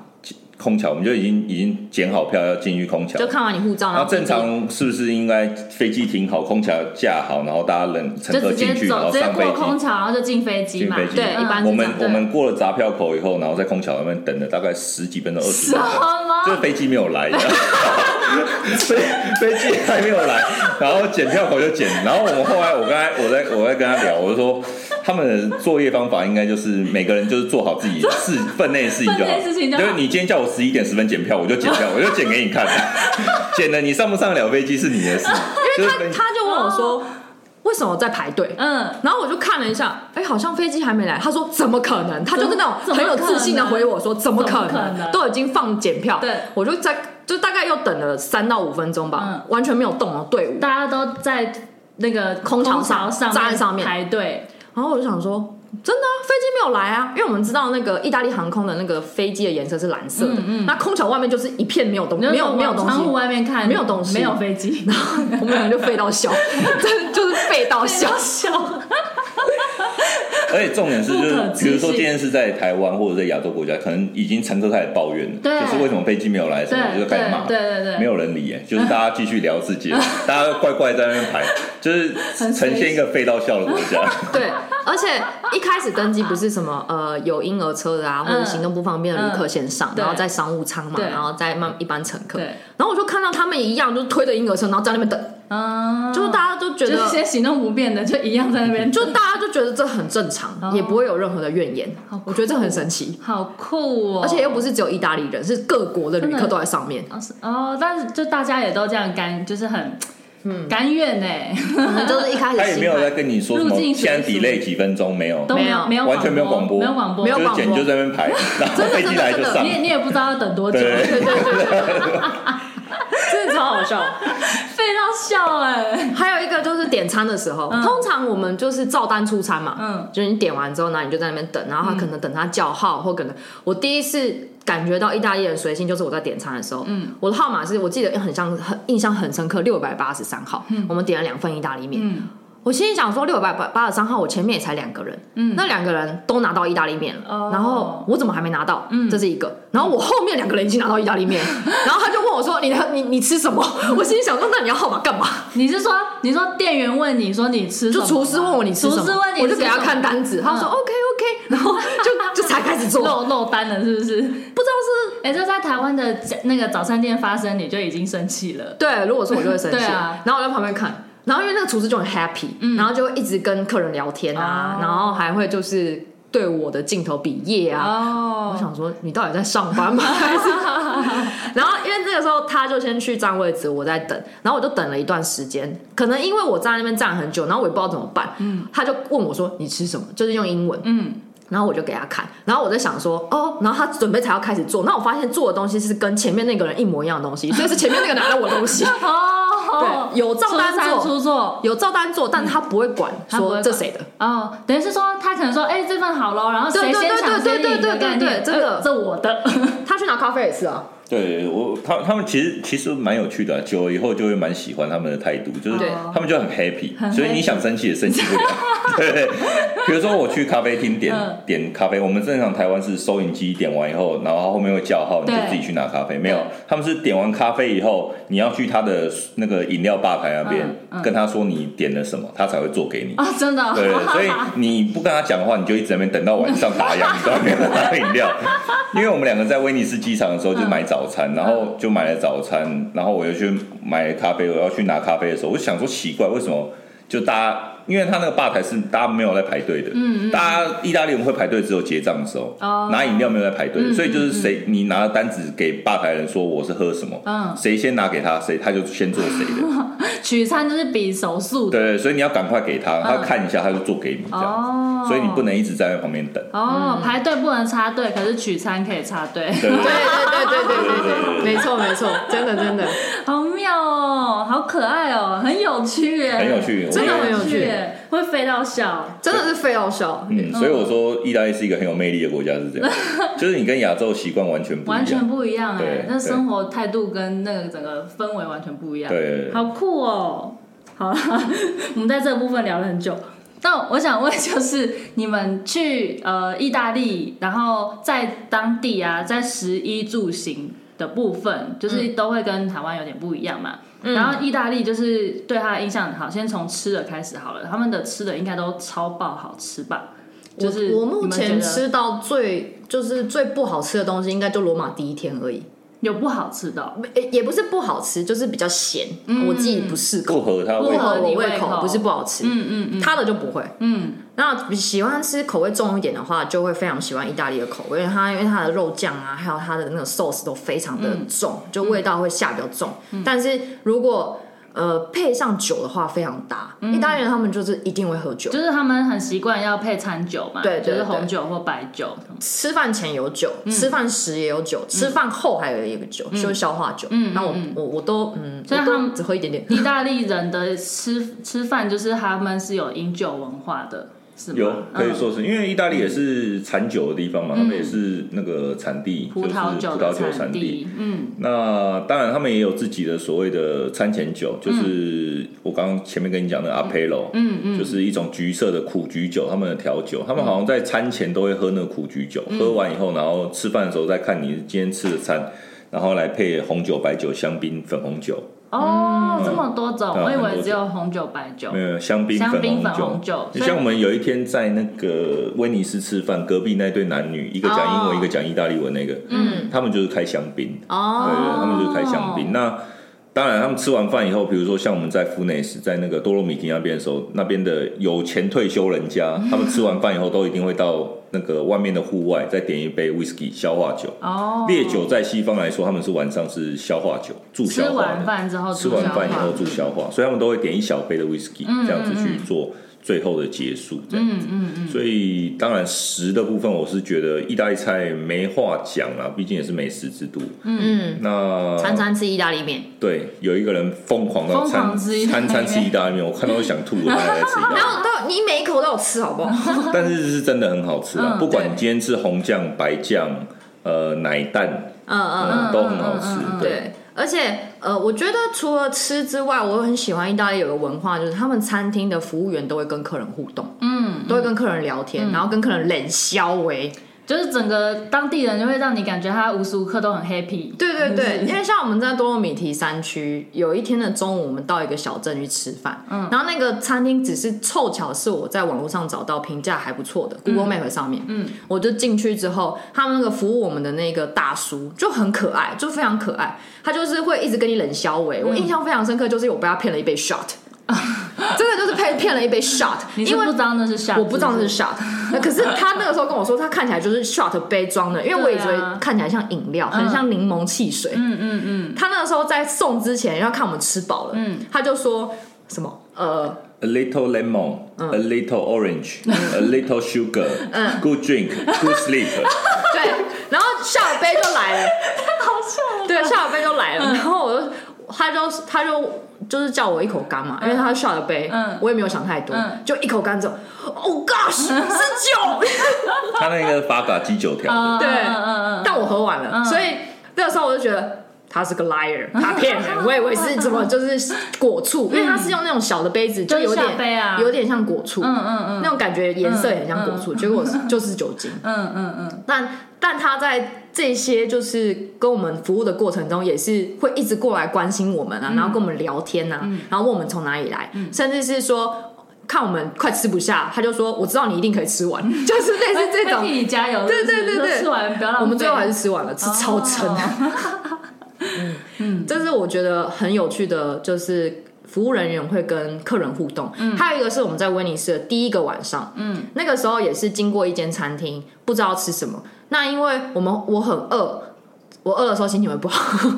D: 空桥，我们就已经已经检好票要进去空桥
A: 就。看完你护照，然
D: 那
A: 后
D: 正常是不是应该飞机停好，空桥架好，然后大家人乘
B: 就
D: 客
B: 直
D: 进
B: 接
D: 去，然
B: 走，
D: 后
B: 直接
D: 上飞
B: 过
D: 机？
B: 空桥，然后就进飞机嘛，
D: 进飞机嗯
A: 对，一般是
D: 我
A: 这
D: 们
A: 样。
D: 我们过了闸票口以后，然后在空桥那边等了大概十几分钟、二
B: 什
D: 十
A: [laughs]
D: 分钟，
B: 么？
D: 这飞机没有来，飞飞机还没有来，然后检票口就检，然后我们后来我刚才我在我在跟他聊，我就说他们的作业方法应该就是每个人就是做好自己的事分内事情就
B: 分
D: 好
B: 内事，情就好
D: 就是你今天叫我十一点十分检票，我就检票，我就检给你
A: [laughs]
D: 看， [laughs] 检了你上不上得了飞机是你的事，就是分
A: 他就问我
B: 哦
A: 说：“为什么在排队？”
B: 嗯，
A: 然后我就看了一下，哎，好像飞机还没来。他说：“怎么可能？”他就是那种
B: 怎么
A: 很有自信的回我说：“怎么可
B: 怎么可能
A: 都已经放检票。”
B: 对
A: 我就在就大概又等了三到五分钟吧，
B: 嗯
A: 完全没有动哦队伍。
B: 大家都在那个
A: 空
B: 桥
A: 桥
B: 上
A: 上
B: 面
A: 站在上面
B: 排队，
A: 然后我就想说，真的、啊、飞机没有来啊，因为我们知道那个意大利航空的那个飞机的颜色是蓝色的，
B: 嗯
A: 那空桥外面就是一片没有东
B: 你就
A: 没有没有
B: 往
A: 东
B: 窗户
A: 西。
B: 外面看
A: 没有东西
B: 没有飞机，
A: [laughs]
B: 然后
A: 我们两个就废到
B: [laughs]
A: 笑，真的就是废到笑。
B: 笑，
D: 而且重点是，就
B: 不
D: 是
B: 可置信
D: 比如说今天是在台湾或者在亚洲国家，可能已经乘客开始抱怨了，
B: 对
D: 就是为什么飞机没有来什么，
B: 对
D: 就
B: 对
D: 是开始骂，
B: 对对对，
D: 没有
B: [laughs]
D: 人理耶，就是大家继续聊自己的，大家乖乖在那边排，就是
B: 很随
D: 呈现一个废到笑的国
B: [laughs]
D: 家。
A: [laughs] 对，而且一开始登机不是什么呃有婴儿车的啊，或者
B: 嗯
A: 行动不方便的旅客先上，
B: 对
A: 然后再商务舱嘛，
B: 对
A: 然后再慢一般乘客。
B: 对，
A: 然后我就看到他们一样，就是推着婴儿车，然后在那边等，
B: 嗯，
A: 就是大家都觉
B: 就是
A: 得
B: 一。些行动不便的，就一样在那边，
A: 就大家就觉得这很正常，也不会有任何的怨言
B: 嗯好酷。哦
A: 我觉得这很神奇，
B: 好酷哦，
A: 而且又不是只有意大利人，是各国的旅
B: 真的
A: 客都在上面，
B: 哦是哦，但是就大家也都这样甘，就是很嗯甘愿呢，
A: 可能 [laughs] 就是一开始
D: 他也没有在跟你说什
B: 入
D: 么
B: 境
D: 现在
B: 随俗
D: delay 几分钟，没有，
B: 都没
A: 没
B: 有
A: 有
B: 没有
D: 完全没有广播，
B: 没有广播
A: 没，有
D: 就是
A: 广播
D: 检就在那
B: [laughs]
D: 边排，然后飞机来就
A: 真的真的
D: 上
B: 你。也你也不知道要等多久，
D: 对
B: [laughs]
A: 对对对对，真的超好笑。
B: 废到笑哎，
A: 还有一个就是点餐的时候，通常我们就是照单出餐嘛，
B: 嗯
A: 嗯，就是你点完之后，那你就在那边等，然后他可能等他叫号或可能我第一次。感觉到意大利人随性，就是我在点餐的时候，嗯，我的号码是我记得很像很印象很深刻，六百八十三号，我们点了两份意大利面，
B: 嗯
A: 我心里想说六百八八十三号，我前面也才两个人，
B: 嗯
A: 那两个人都拿到意大利面了，
B: 哦嗯
A: 然后我怎么还没拿到？这是一个。然后我后面两个人已经拿到意大利
B: [laughs]
A: 面，然后他就问我说：“你你你吃什么？”我心里想说：“那你要号码干嘛？”
B: 你是说，你说店员问你说你吃什
A: 就
B: 么吗
A: 厨师问我你吃什么，
B: 厨师问你，
A: 我就给他看，单子，他说
B: 嗯
A: OK OK，然后就就才开始做，不知道
B: 漏漏单了是不是？
A: 是
B: 哎、这在台湾的家那个早餐店发生，你就已经生气了。
A: 对，如果是我就会生气，
B: 对啊嗯
A: 然后我在旁边看。然后因为那个厨师就很 happy，、然后就会一直跟客人聊天啊
B: 哦
A: 然后还会就是对我的镜头比耶啊我
B: 哦，
A: 想说你到底在上班
B: [laughs]
A: 吗？还是然后因为那个时候他就先去占位置，我在等，然后我就等了一段时间，可能因为我在那边站很久，然后我也不知道怎么办，嗯，他就问我说你吃什么，就是用英文，
B: 嗯，
A: 然后我就给他看，然后我在想说哦，然后他准备才要开始做，那我发现做的东西是跟前面那个人一模一样的东西，所以是前面那个拿了我的东西，
B: 哦，
A: 对有照
B: 出
A: 单
B: 餐
A: 做
B: 出错。
A: 有照单做，但他不会管
B: 他不会
A: 说
B: 管
A: 这谁的，
B: 哦，等于是说他可能说，哎、这份好喽，然后
A: 对
B: 谁
A: 对
B: 先抢
A: 对对
B: 谁
A: 对
B: 赢的
A: 对对
B: 概念，
A: 对真的
B: 呃这我的， [laughs]
A: 他去拿咖啡也是啊，
D: 对我，他他们其实其实蛮有趣的啊、久了以后就会蛮喜欢他们的态度，就是
A: 对
D: 他们就很 happy，
B: 很
D: 所以
B: happy
D: 你想生气也生气
B: [laughs]
D: 不了。对，比如说我去咖啡厅点
B: 嗯
D: 点咖啡，我们正常台湾是收银机点完以后，然后后面会叫号，你就
B: 对
D: 自己去拿咖啡。没有
B: 对，
D: 他们是点完咖啡以后，你要去他的那个饮料吧台那边
B: 嗯嗯
D: 跟他说你点了什么，他才会做给你。
B: 啊，真的哦，
D: [laughs] 对，所以你不跟他讲话，你就一直在那边等到晚上打烊，你都没有 [laughs] 拿饮料。因为我们两个在威尼斯机场的时候就
B: 嗯
D: 买早餐，然后就买了早餐，然后我又去买咖啡，我要去拿咖啡的时候，我就想说奇怪，为什么就大家，因为他那个吧台是大家没有在排队的，嗯大家意大利人会排队只有结账的时候，
B: 哦
D: 拿饮料没有在排队的，所以就是谁你拿了单子给吧台人说我是喝什么，
B: 嗯
D: 谁先拿给他，谁他就先做谁的，
B: [laughs] 取餐就是比手速的
D: 对对，所以你要赶快给他，他
B: 嗯
D: 看一下他就做给你这样子。
B: 哦，
D: 所以你不能一直站在旁边等。
B: 哦，排队不能插队，可是取餐可以插队，
D: 对对
C: 对对对对对对对，没错没错，真的真的，
B: [laughs] 好妙哦，好可爱哦，很有趣耶，
D: 很有趣
B: [laughs] 真的
A: 我也
B: 很有趣耶，会飞到笑，
A: 真的是非要笑。
D: 嗯，所以我说意大利是一个很有魅力的国家，是这样，
B: [laughs]
D: 就是你跟亚洲习惯完全不一
B: 完全
D: 样。
B: 不一样哎
D: 对，
B: 那
D: 对
B: 生活态度跟那个整个氛围完全不一样，
D: 对，
B: [laughs] 好酷哦！好 [laughs] 啦，我们在这个部分聊了很久。那我想问，就是你们去呃意大利，然后在当地啊，在食衣住行的部分，就是
A: 嗯
B: 都会跟台湾有点不一样嘛。然后意大利就是对他的印象很好，先从吃的开始好了，他们的吃的应该都超爆好吃吧？就是
A: 我我目
B: 你们觉
A: 前
B: 得
A: 吃到最就是最不好吃的东西，应该就罗马第一天而已。
B: 有不好吃的哦、
A: 也也不是不好吃，就是比较咸，我自己不适
D: 不
A: 口，
D: 合他
A: 不
D: 味
B: 不合
A: 合我
B: 你
A: 胃
B: 胃
A: 口
B: 口，
A: 不是不好吃，
B: 嗯嗯嗯
A: 他的就不会。
B: 嗯，
A: 那喜欢吃口味重一点的话，就会非常喜欢意大利的口味，因为它因为它的肉酱啊，还有它的那个 sauce 都非常的
B: 嗯
A: 重，就味道会下比较重。但是如果呃配上酒的话，非常搭。意大利人他们就是一定会喝酒，
B: 嗯就是他们很习惯要配餐酒嘛，
A: 对对
B: 就是
A: 对
B: 红酒或白酒。
A: 吃饭前有酒，吃饭时也有酒，吃饭后还有一个酒，就是消化酒。
B: 嗯嗯
A: 那我
B: 嗯
A: 我我都嗯，
B: 所以
A: 我
B: 他
A: 都
B: 们
A: 只喝一点点。
B: [laughs] 意大利人的吃吃饭就是他们是有饮酒文化的，是吗？
D: 有可以
B: 嗯
D: 说是因为意大利也是产酒的地方嘛，他们也是那个产地，就
B: 葡
D: 是葡
B: 萄酒
D: 萄
B: 的
D: 酒产地。
B: 地，嗯
D: 那当然，他们也有自己的所谓的餐前酒，就是我刚刚前面跟你讲的阿佩罗，
B: 嗯嗯，
D: 就是一种橘色的苦菊酒，他们的调酒，他们好像在餐前都会喝那个苦菊酒，
B: 嗯
D: 喝完以后，然后吃饭的时候再看你今天吃的餐，然后来配红酒、白酒、香槟、粉红酒，
B: 哦，这么多种，
D: 对啊
B: 我以
D: 很多
B: 为
D: 种
B: 只有红酒、白酒
D: 没。有香槟、
B: 香
D: 粉
B: 槟
D: 红
B: 粉红酒所以
D: 像我们有一天在那个威尼斯吃饭，隔壁那对男女，一个讲英文，
A: 哦
D: 一个讲意大利文，那个，
A: 嗯，
D: 他们就是开香槟，对
A: 哦，
D: 对，他们就是开香槟。那当然，他们吃完饭以后，比如说像我们在富内斯，在那个多洛米提那边的时候，那边的有钱退休人家，他们吃完饭以后都一定会到那个外面的户外，再点一杯 whisky 消化酒。
B: 哦，
D: 烈酒在西方来说，他们是晚上是消化酒，助
B: 吃
D: 消化
B: 完
D: 的。
B: 饭之后
D: 吃
B: 助
D: 完
B: 消化
D: 饭以后助消化，所以他们都会点一小杯的 whisky，这样子去做最后的结束，这
B: 嗯
D: 样子。所以当然食的部分，我是觉得意大利菜没话讲啦，毕竟也是美食之都。
A: 嗯，
D: 那
A: 餐餐吃意大利面。
D: 对有一个人疯狂到
B: 疯狂
D: 餐
B: 吃意大利
D: 餐
B: 面
D: 餐吃意大利面，我看到都想吐，我还在
B: [laughs]
D: 吃意大利面。
A: 然后都你每一口都有吃，好不好？
D: 但是是真的很好吃啊，
B: 嗯
D: 不管
B: 对
D: 你今天吃红酱、白酱、呃奶蛋，
A: 嗯嗯嗯，
D: 嗯，都很好吃
B: 嗯嗯嗯。
D: 对，
A: 对。而且呃，我觉得除了吃之外，我很喜欢意大利有个文化，就是他们餐厅的服务员都会跟客人互动，
B: 嗯，
A: 都会跟客人聊天，然后跟客人冷消为。
B: 就是整个当地人就会让你感觉他无时无刻都很 happy。
A: 对对
B: [laughs]
A: 对，因为像我们在多洛米提山区，有一天的中午，我们到一个小镇去吃饭，嗯，然后那个餐厅只是凑巧是我在网络上找到评价还不错的 Google Map 上面，嗯，我就进去之后，他们那个服务我们的那个大叔就很可爱，就非常可爱，他就是会一直跟你冷消维，
B: 嗯
A: 我印象非常深刻，就是我被他骗了一杯
B: [laughs]
A: shot，真的就是被骗了一杯 shot，
B: 你是
A: 因
B: 不
A: 为
B: 知道那是下，
A: 我不知道那是 shot，那
B: 嗯
A: 可是他那个时候跟我说，他看起来就是 shot 杯装的，因为我也觉
B: 对啊
A: 得看起来像饮料，很像柠檬汽水。
B: 嗯嗯嗯，
A: 他那个时候在送之前，要看我们吃饱了，他就说什么呃，
D: A little lemon,
B: 嗯
D: a little orange, a
B: [laughs]
D: little sugar, good drink, good sleep。
A: 对，然后下午杯就来
B: [laughs]
A: 了，
B: 哦
A: 对，下午杯就来了，
B: 嗯
A: 然后我就他就他就就是叫我一口干嘛，因为他下了杯，
B: 嗯
A: 我也没有想太多，
B: 嗯
A: 就一口干之后，Oh gosh，是
B: [laughs]
A: 酒，
D: 他那个发嘎鸡酒条的，
B: 嗯
A: 对
B: 嗯嗯嗯嗯，嗯
A: 但我喝完了，所以那个时候我就觉得。他是个 liar，他骗
B: [laughs]
A: 人。我以为是怎么就是果醋，因为他是用那种小的杯子，就有
B: 就是小杯
A: 点、
B: 啊
A: 有点像果醋，
B: 嗯嗯嗯
A: 那种感觉颜色也很像果醋，结果就是酒精。
B: 嗯嗯嗯，
A: 但但他在这些就是跟我们服务的过程中，也是会一直过来关心我们
B: 嗯
A: 啊，然后跟我们聊天啊，然后问我们从哪里来，甚至是说看我们快吃不下，他就说我知道你一定可以吃完， [laughs] 就是类似这
B: 会替
A: 种。
B: 你加油，
A: 对对
B: 是不是
A: 对对
B: 说吃完不要浪费。
A: 我们最后还是吃完了，吃超撑。嗯
B: 哦
A: [laughs] 这是我觉得很有趣的，就是服务人员会跟客人互动。嗯，还有一个是我们在威尼斯的第一个晚上，嗯，那个时候也是经过一间餐厅，不知道吃什么。那因为我们我很饿，我饿的时候心情会不好，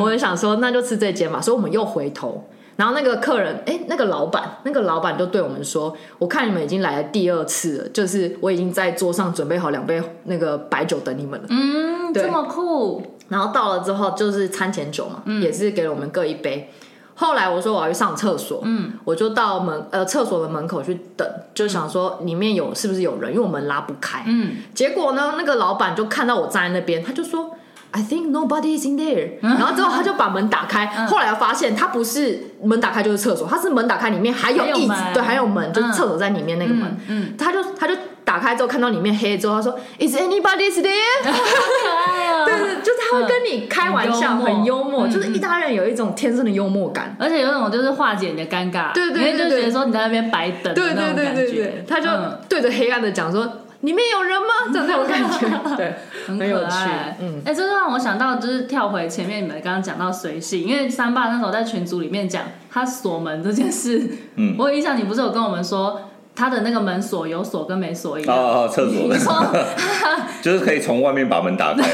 A: 我就想说那就吃这间吧，所以我们又回头。然后那个客人，哎，那个老板，那个老板就对我们说：“我看你们已经来了第二次了，就是我已经在桌上准备好两杯那个白酒等你们了。”
B: 嗯，
A: 对
B: 这么酷，
A: 然后到了之后就是餐前酒嘛，
B: 嗯
A: 也是给了我们各一杯。后来我说我要去上厕所，嗯，我就到门呃厕所的门口去等，就想说里面有是不是有人，因为我们拉不开。
B: 嗯，
A: 结果呢，那个老板就看到我站在那边，他就说 I think nobody is in there，、然
B: 嗯
A: [laughs] 后之后他就把门打开。后来发现他不是门打开就是厕所，他是门打开里面还有
B: 还有
A: 椅子
B: 门，
A: 对，还有门，就是
B: 嗯
A: 厕所在里面那个门。
B: 嗯，
A: 他就他就打开之后看到里面黑之后，他说 Is anybody is there？
B: 可爱哦。
A: 对对，就是他会跟你开玩笑，
B: 嗯
A: 很幽默，
B: 嗯
A: 就是意大利人有一种天生的幽默感。
B: 而且有种就是化解你的尴尬，
A: 对对对
B: 因为就
A: 对
B: 觉得说你在那边白等的
A: 对
B: 那
A: 对
B: 种
A: 对
B: 感
A: 对
B: 觉
A: 对，，他就
B: 嗯
A: 对着黑暗的讲说：“里面有人吗？”这种那种感 [laughs] 觉，对，
B: 很
A: 很有
B: 可
A: 趣
B: 爱。
A: 嗯
B: 哎、这就让我想到，就是跳回前面你们刚刚讲到随性，因为三爸那时候在群组里面讲他锁门这件事，
D: 嗯
B: [laughs] 我有印象你不是有跟我们说他的那个门锁有锁跟没锁一
D: 啊
B: 样，
D: 啊，啊厕所的， [laughs] 就是可以从外面把门打开的。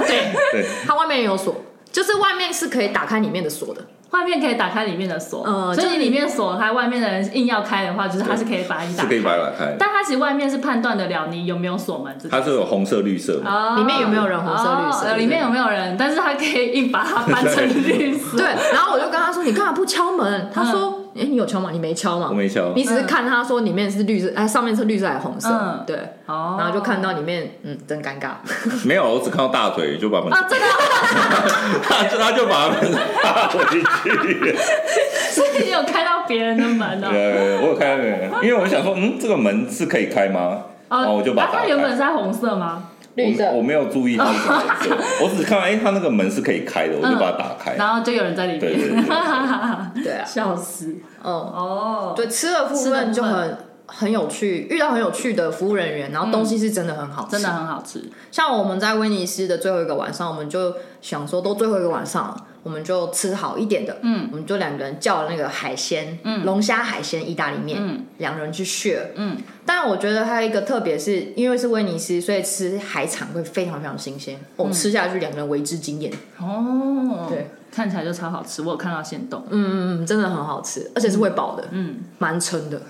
A: 对， [laughs]
D: 对，
A: 它外面也有锁，就是外面是可以打开里面的锁的。
B: 外面可以打开里面的锁，
A: 呃
B: 所以
A: 就是
B: 你里面锁开，外面的人硬要开的话，就是他是可以把你打
D: 是可以
B: 开，
D: 把它打
B: [laughs]
D: 开的。
B: 但他其实外面是判断得了你有没有锁门这件
D: 它是有红色、绿色嘛？
B: 哦
A: 里面有没有人红色绿色
B: 哦里面有没有人？但是他可以硬把它搬成绿色。
A: 对，然后我就跟他说：“你干嘛不敲门？”他说：“哎，你有敲吗？你没敲吗
D: 我？没敲。
A: 你只是看他说里面是绿色，哎，上面是绿色还是红色
B: 嗯？
A: 对，
B: [laughs] 哦
A: 然后就看到里面，嗯，真尴尬。
D: 没有，我只看到大腿就把门，
B: 啊，真的，
D: 他就 [laughs] 他就把门拉回去。
B: 所以你有开到别人的门哦。
D: 呃，我有看到那个，因为我想说，嗯，这个门是可以开吗？然
A: 哦
D: 后我就把
B: 啊
D: 它打
B: 它
D: 开。
B: 原本是在红色吗？
A: 绿色
D: 我我没有注意它是什么颜
B: [laughs]
D: 色，我只看到哎，它那个门是可以开的，我就把它打开。
B: 然后就有人在里
D: 对对
B: 面，
D: 对对，
A: 对啊，
B: 笑死。
A: 嗯，
B: 哦，
A: 对，吃的部
B: 吃的部
A: 分
B: 分
A: 就很很有趣，遇到很有趣的服务人员，然后东西是真的很好吃。
B: 嗯真的很好吃。
A: 像我们在威尼斯的最后一个晚上，我们就想说，都最后一个晚上了，我们就吃好一点的。
B: 嗯，
A: 我们就两个人叫了那个海鲜，嗯，龙虾海鲜意大利面，
B: 嗯，
A: 两人去 share。
B: 嗯，
A: 但我觉得还有一个特别是，因为是威尼斯，所以吃海产会非常非常新
B: 嗯
A: 鲜，我、们吃下去两个人为之惊艳。
B: 哦，
A: 对，
B: 看起来就超好吃。我有看到现动。
A: 嗯嗯嗯，真的很好吃，而且是会饱的，
B: 嗯，
A: 蛮撑的。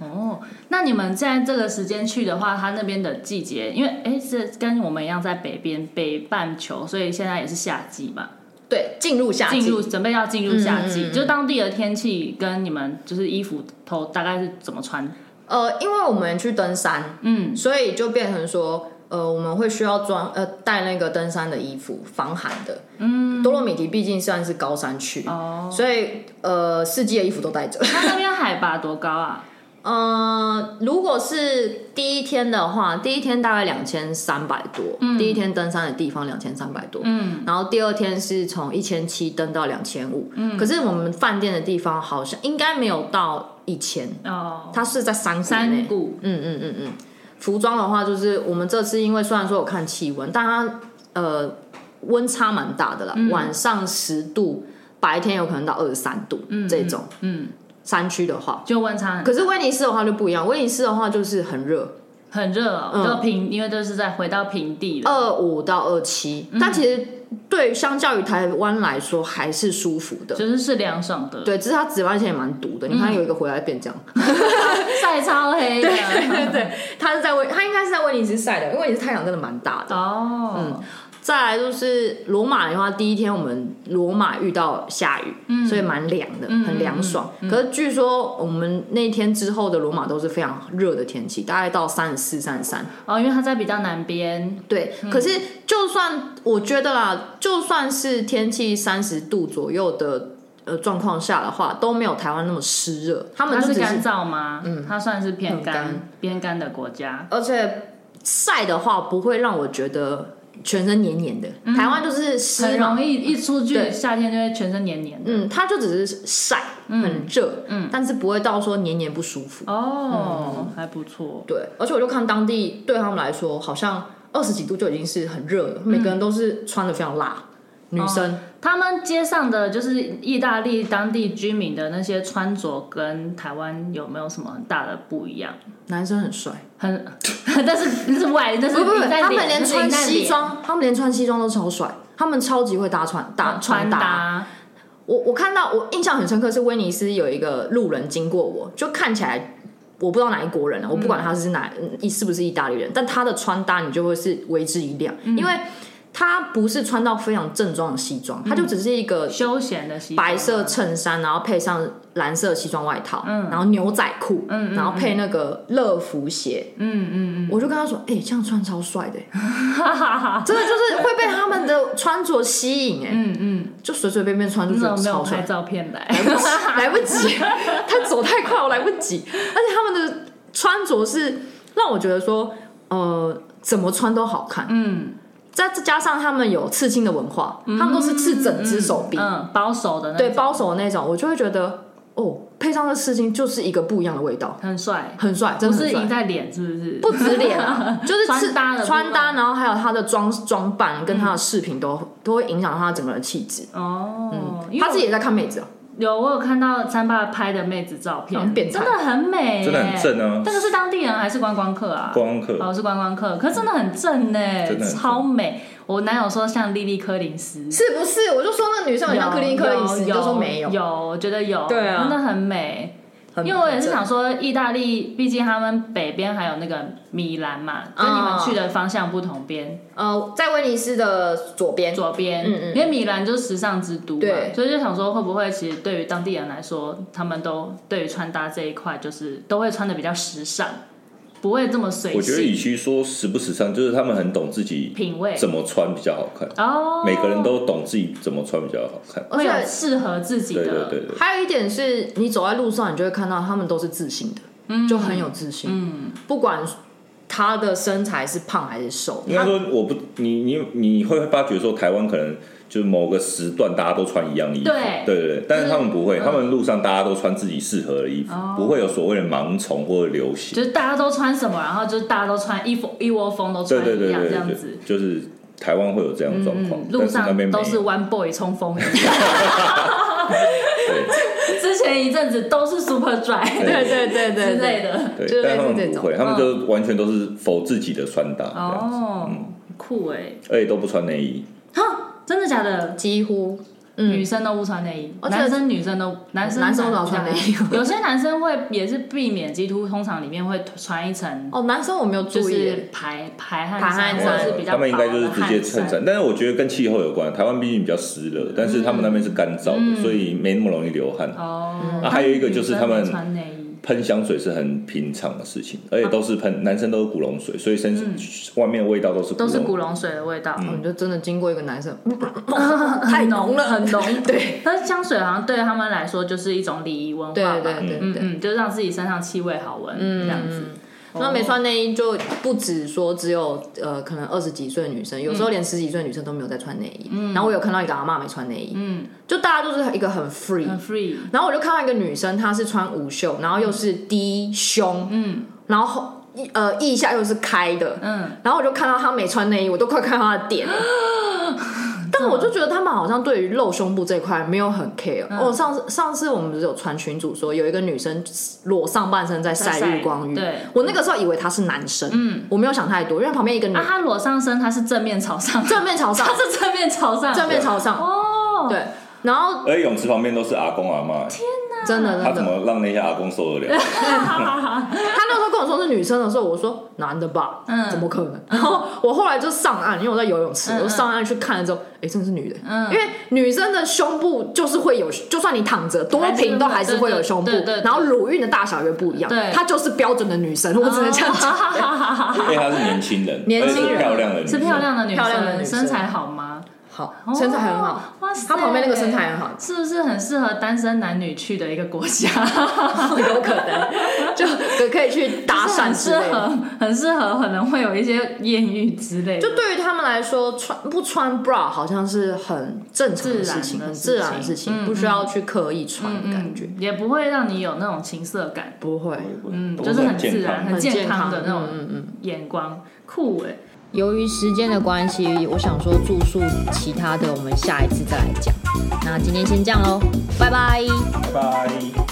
B: 哦，那你们在这个时间去的话，它那边的季节，因为哎是跟我们一样在北边北半球，所以现在也是夏季嘛。
A: 对，进入夏季，
B: 进入准备要进入夏季，
A: 嗯嗯嗯
B: 就当地的天气跟你们就是衣服头大概是怎么穿？
A: 呃，因为我们去登山，
B: 嗯，
A: 所以就变成说，呃，我们会需要装呃带那个登山的衣服，防寒的。嗯，多洛米迪毕竟算是高山区，
B: 哦，
A: 所以呃，四季的衣服都带着。
B: 它那边海拔多高啊？
A: 嗯，如果是第一天的话，第一天大概两千三百多，第一天登山的地方两千三百多，
B: 嗯，
A: 然后第二天是从一千七登到两千五，嗯，可是我们饭店的地方好像应该没有到一千，
B: 哦，
A: 它是在山谷内
B: 山谷，
A: 嗯嗯嗯嗯，服装的话，就是我们这次因为虽然说有看气温，但它呃温差蛮大的啦，
B: 嗯
A: 晚上十度，白天有可能到二十三度、这种
B: 嗯，
A: 山区的话。
B: 就温差很
A: 可是威尼斯的话就不一样，威尼斯的话就是很热，
B: 很热、哦，
A: 嗯哦
B: 就平，因为这是在回到平地了。
A: 二五到二七、
B: 嗯
A: 但其实对相较于台湾来说还是舒服的。
B: 就是嗯是凉爽的，
A: 对，只是它紫外线也蛮毒的，你看有一个回来变这样，
B: [laughs] 晒超黑的，
A: 对对对，它是在威，它应该是在威尼斯晒的，因为威尼斯太阳真的蛮大的。
B: [laughs] 哦，
A: 再来就是罗马的话，第一天我们罗马遇到下雨，
B: 嗯
A: 所以蛮凉的，很凉爽。可是据说我们那天之后的罗马都是非常热的天气，大概到三十四、三十三。
B: 哦，因为它在比较南边，
A: 对，可是就算我觉得啦，就算是天气三十度左右的。呃，状况下的话都没有台湾那么湿热，他们
B: 它
A: 就只
B: 是
A: 是
B: 干燥吗？嗯，它算是偏
A: 很干
B: 干偏干的国家。
A: 而且晒的话不会让我觉得全身黏黏的。
B: 嗯
A: 台湾就是湿
B: 很
A: 嘛，
B: 容易一出去，
A: 哦对
B: 夏天就会全身黏黏的。
A: 嗯，它就只是晒，很热，嗯，但是不会到说黏黏不舒服。嗯
B: 哦，还不错。
A: 对，而且我就看当地对他们来说，好像二十几度就已经是很热了，每个人都是穿的非常辣，女生
B: 他们街上的就是意大利当地居民的那些穿着，跟台湾有没有什么很大的不一样？
A: 男生很帅，
B: 很， [laughs] 但是那是外，但是
A: 不不不，
B: 你在
A: 他们
B: 脸
A: 连穿西，
B: 你在脸
A: 装，他们连穿西装都超帅，他们超级会搭穿搭
B: 穿
A: 搭。
B: 搭，
A: 我我看到我印象很深刻是威尼斯有一个路人经过我，就看起来我不知道哪一国人啊，我不管他是哪意是不是意大利人，但他的穿搭你就会是为之一亮，因为他不是穿到非常正装的西装，他就只是一个
B: 休闲的西装啊
A: 白色衬衫，然后配上蓝色西装外套，然后牛仔裤，然后配那个乐福鞋，嗯嗯嗯，我就跟他说，哎、这样穿超帅的、欸 [laughs] 真的就是会被他们的穿着吸引、哎，嗯嗯，就随随便便穿就
B: 你
A: 觉
B: 怎么
A: 得
B: 没有
A: 超帅
B: 拍，照片来？
A: 来不
B: [laughs]
A: 及，他走太快，我来不及。而且他们的穿着是让我觉得说，呃，怎么穿都好看。
B: 嗯
A: 再再加上他们有刺青的文化，他们都是刺整只手臂，
B: 嗯，保守的那
A: 对
B: 种，
A: 包手的那种，我就会觉得，哦，配上这刺青就是一个不一样的味道，
B: 很帅，
A: 很帅，真
B: 不
A: 的
B: 是
A: 很帅。
B: 赢在脸， [laughs] 是不是？
A: 不止脸啊， [laughs] 就是刺
B: 穿搭的部分
A: 穿搭，然后还有他的装装扮跟他的饰品都、都会影响到他整个人的气质。
B: 哦，
A: 嗯
B: 因为
A: 他自己
B: 我
A: 也在看妹子啊，
B: 有我有看到三爸拍的妹子照片，
A: 嗯变态
B: 真的很美耶，
D: 真的很正
B: [laughs]
D: 啊
B: 这个是当地人还是观光客啊？
D: 观光客
B: 哦，是观光客，可是真的很正呢
D: 真，的很正
B: 超美。我男友说像莉莉柯林斯，
A: 是不是？我就说那女生很像克林克林斯，你
B: 有
A: 就说没有，
B: 有，我觉得有，
A: 对啊
B: 真的很美。
A: 很
B: 因为我也是想说，意大利毕竟他们北边还有那个米兰嘛，跟你们
A: 哦
B: 去的方向不同边，
A: 呃，在威尼斯的左边，
B: 左边，
A: 嗯嗯
B: 因为米兰就是时尚之都嘛
A: 对，
B: 所以就想说会不会其实对于当地人来说，他们都对于穿搭这一块就是都会穿的比较时尚，不会这么随
D: 我觉得，与
B: 性，
D: 其说时不时尚，就是他们很懂自己
B: 品味
D: 怎么穿比较好看，
B: 哦，
D: 每个人都懂自己怎么穿比较好看。
A: 而
B: 会有
A: 且
B: 适合自己
D: 对对
B: 的，
D: 对对，
A: 还有一点是你走在路上，你就会看到他们都是自信的，就很有自信，嗯，不管他的身材是胖还是瘦，
D: 应该
A: 他
D: 说我不，你你你会发觉说台湾可能就是某个时段大家都穿一样的衣服，
B: 对嗯
D: 对对，但是他们不会，他们路上大家都穿自己适合的衣服，
B: 哦
D: 不会有所谓的盲从或者流行
B: 就。是大家都穿什么，然后就是大家都穿一窝一窝蜂都
D: 对
B: 穿
D: 对
B: 一
D: 对
B: 样
D: 对
B: 这样
D: 对
B: 子，，嗯
D: 就是台湾会有这样的状况，但
B: 路
D: 是那
B: 上
D: 边没
B: 都
D: 有
B: 是 One Boy 冲
D: [laughs]
B: 锋衣。之前一阵子都是 Super Dry
A: 对对对
B: 之
A: 对对，
B: 类的，
D: 对
A: 就是
D: 对，但他
A: 类似
D: 们
A: 这
D: 不
A: 种
D: 会，他们就完全都是否自己的穿搭，这样子
B: 嗯
D: 嗯
B: 哦，酷哎，
D: 而且都不穿内衣。
B: 哈，真的假的？
A: 几乎
B: 女生都不穿内衣，
A: 而且
B: 男生女生都男生
A: 男生都要穿内衣
B: [laughs] 有些男生会也是避免基督，通常里面会穿一层
A: 哦，男生我没有
B: 就
A: 注意耶，
B: 是排排汗
A: 排汗
B: 衫，或
A: 衫
B: 者是比较
D: 他们应该就是
B: 薄的
D: 直接
B: 汗
D: 衬衫，但是我觉得跟气候有关。台湾毕竟比较湿热，但是他们那边是干燥的，
B: 嗯
D: 所以没那么容易流汗。
B: 哦。
D: 啊还有一个就是他们
B: 女生没穿内衣，
D: 喷香水是很平常的事情，而且都是喷，男生都是古龙水，所以身、外面的味道都是
B: 嗯都是古
D: 龙。
B: 龙水的味道，
D: 嗯
A: 我们就真的经过一个男生，太浓了，
B: [laughs] 很浓。
A: [laughs] 对
B: 但是香水好像对他们来说就是一种礼仪文化
A: 对
B: 吧，
A: 对对嗯
B: 嗯
A: 对。
B: 嗯，就是让自己身上气味好闻，这样子。
A: 那
B: 哦
A: 没穿内衣就不止说只有呃，可能二十几岁的女生，有时
B: 嗯
A: 候连十几岁的女生都没有在穿内衣。然后我有看到一个阿嬷没穿内衣，
B: 嗯，
A: 就大家就是一个很 free。
B: 很 free，
A: 然后我就看到一个女生，她是穿无袖，然后又是低胸，
B: 嗯
A: 然后后呃腋下又是开的，
B: 嗯，
A: 然后我就看到她没穿内衣，我都快看到她的
B: [laughs]
A: 点了。但我就觉得他们好像对于露胸部这块没有很 care。哦，
B: 嗯
A: 上次上次我们不是有传群主说有一个女生裸上半身在晒日光浴，
B: 在晒对
A: 我那个时候以为她是男生，嗯，我没有想太多，因为旁边一个女、
B: 啊，他裸上身，他是正面朝上，
A: [laughs] 正面朝上
B: 他，是正面朝上，
A: 正面朝上，
B: 哦，
A: 对，然后
B: [laughs]
D: 而且泳池旁边都是阿公阿妈，
A: 真的
D: 他
A: 真
D: 怎
A: 的。
D: 么让那些阿公受得了？
A: 他那时候跟我说是女生的时候，我说男的吧，
B: 嗯
A: 怎么可能？然后我后来就上岸，因为我在游泳池，我上岸去看了之后，哎，真的是女的，
B: 嗯
A: 因为女生的胸部就是会有，就算你躺着多平都还是会有胸部
B: 对对对，对
A: 然后乳晕的大小也不一样
B: 对，哦
A: 她就是标准的女生，我只能这样讲。
D: 因为他是年轻人，
A: 年轻人
D: 而且是漂亮的女
B: 是
D: 生，
B: 漂亮的女
A: 漂亮的女
B: 生，
A: 生
B: 身材好吗？
A: 好
B: 哦，
A: 身材很好，，
B: 哇塞！
A: 她旁边那个身材很好
B: 是不是很适合单身男女去的一个国
A: [laughs]
B: 家？
A: 有可能就可可以去搭
B: 就
A: 讪
B: 是很
A: 之
B: 适
A: 类的。
B: 合，很适合，可能会有一些艳遇之类的。
A: 就对于他们来说，穿不穿 bra 好像是很正常的事情，很自
B: 自
A: 然
B: 然
A: 的
B: 的
A: 事
B: 事情
A: 情，不需要去刻意穿的感觉，
B: 嗯，也不会让你有那种情色感，
A: 不会。
B: 嗯，
D: 都
B: 就是很自
D: 健
B: 然、
D: 康。
B: 很健康的那
A: 很健康嗯
B: 种眼光，酷哎。
E: 由于时间的关系，我想说住宿其他的我们下一次再来讲。那今天先这样喽，拜拜。
D: 拜拜。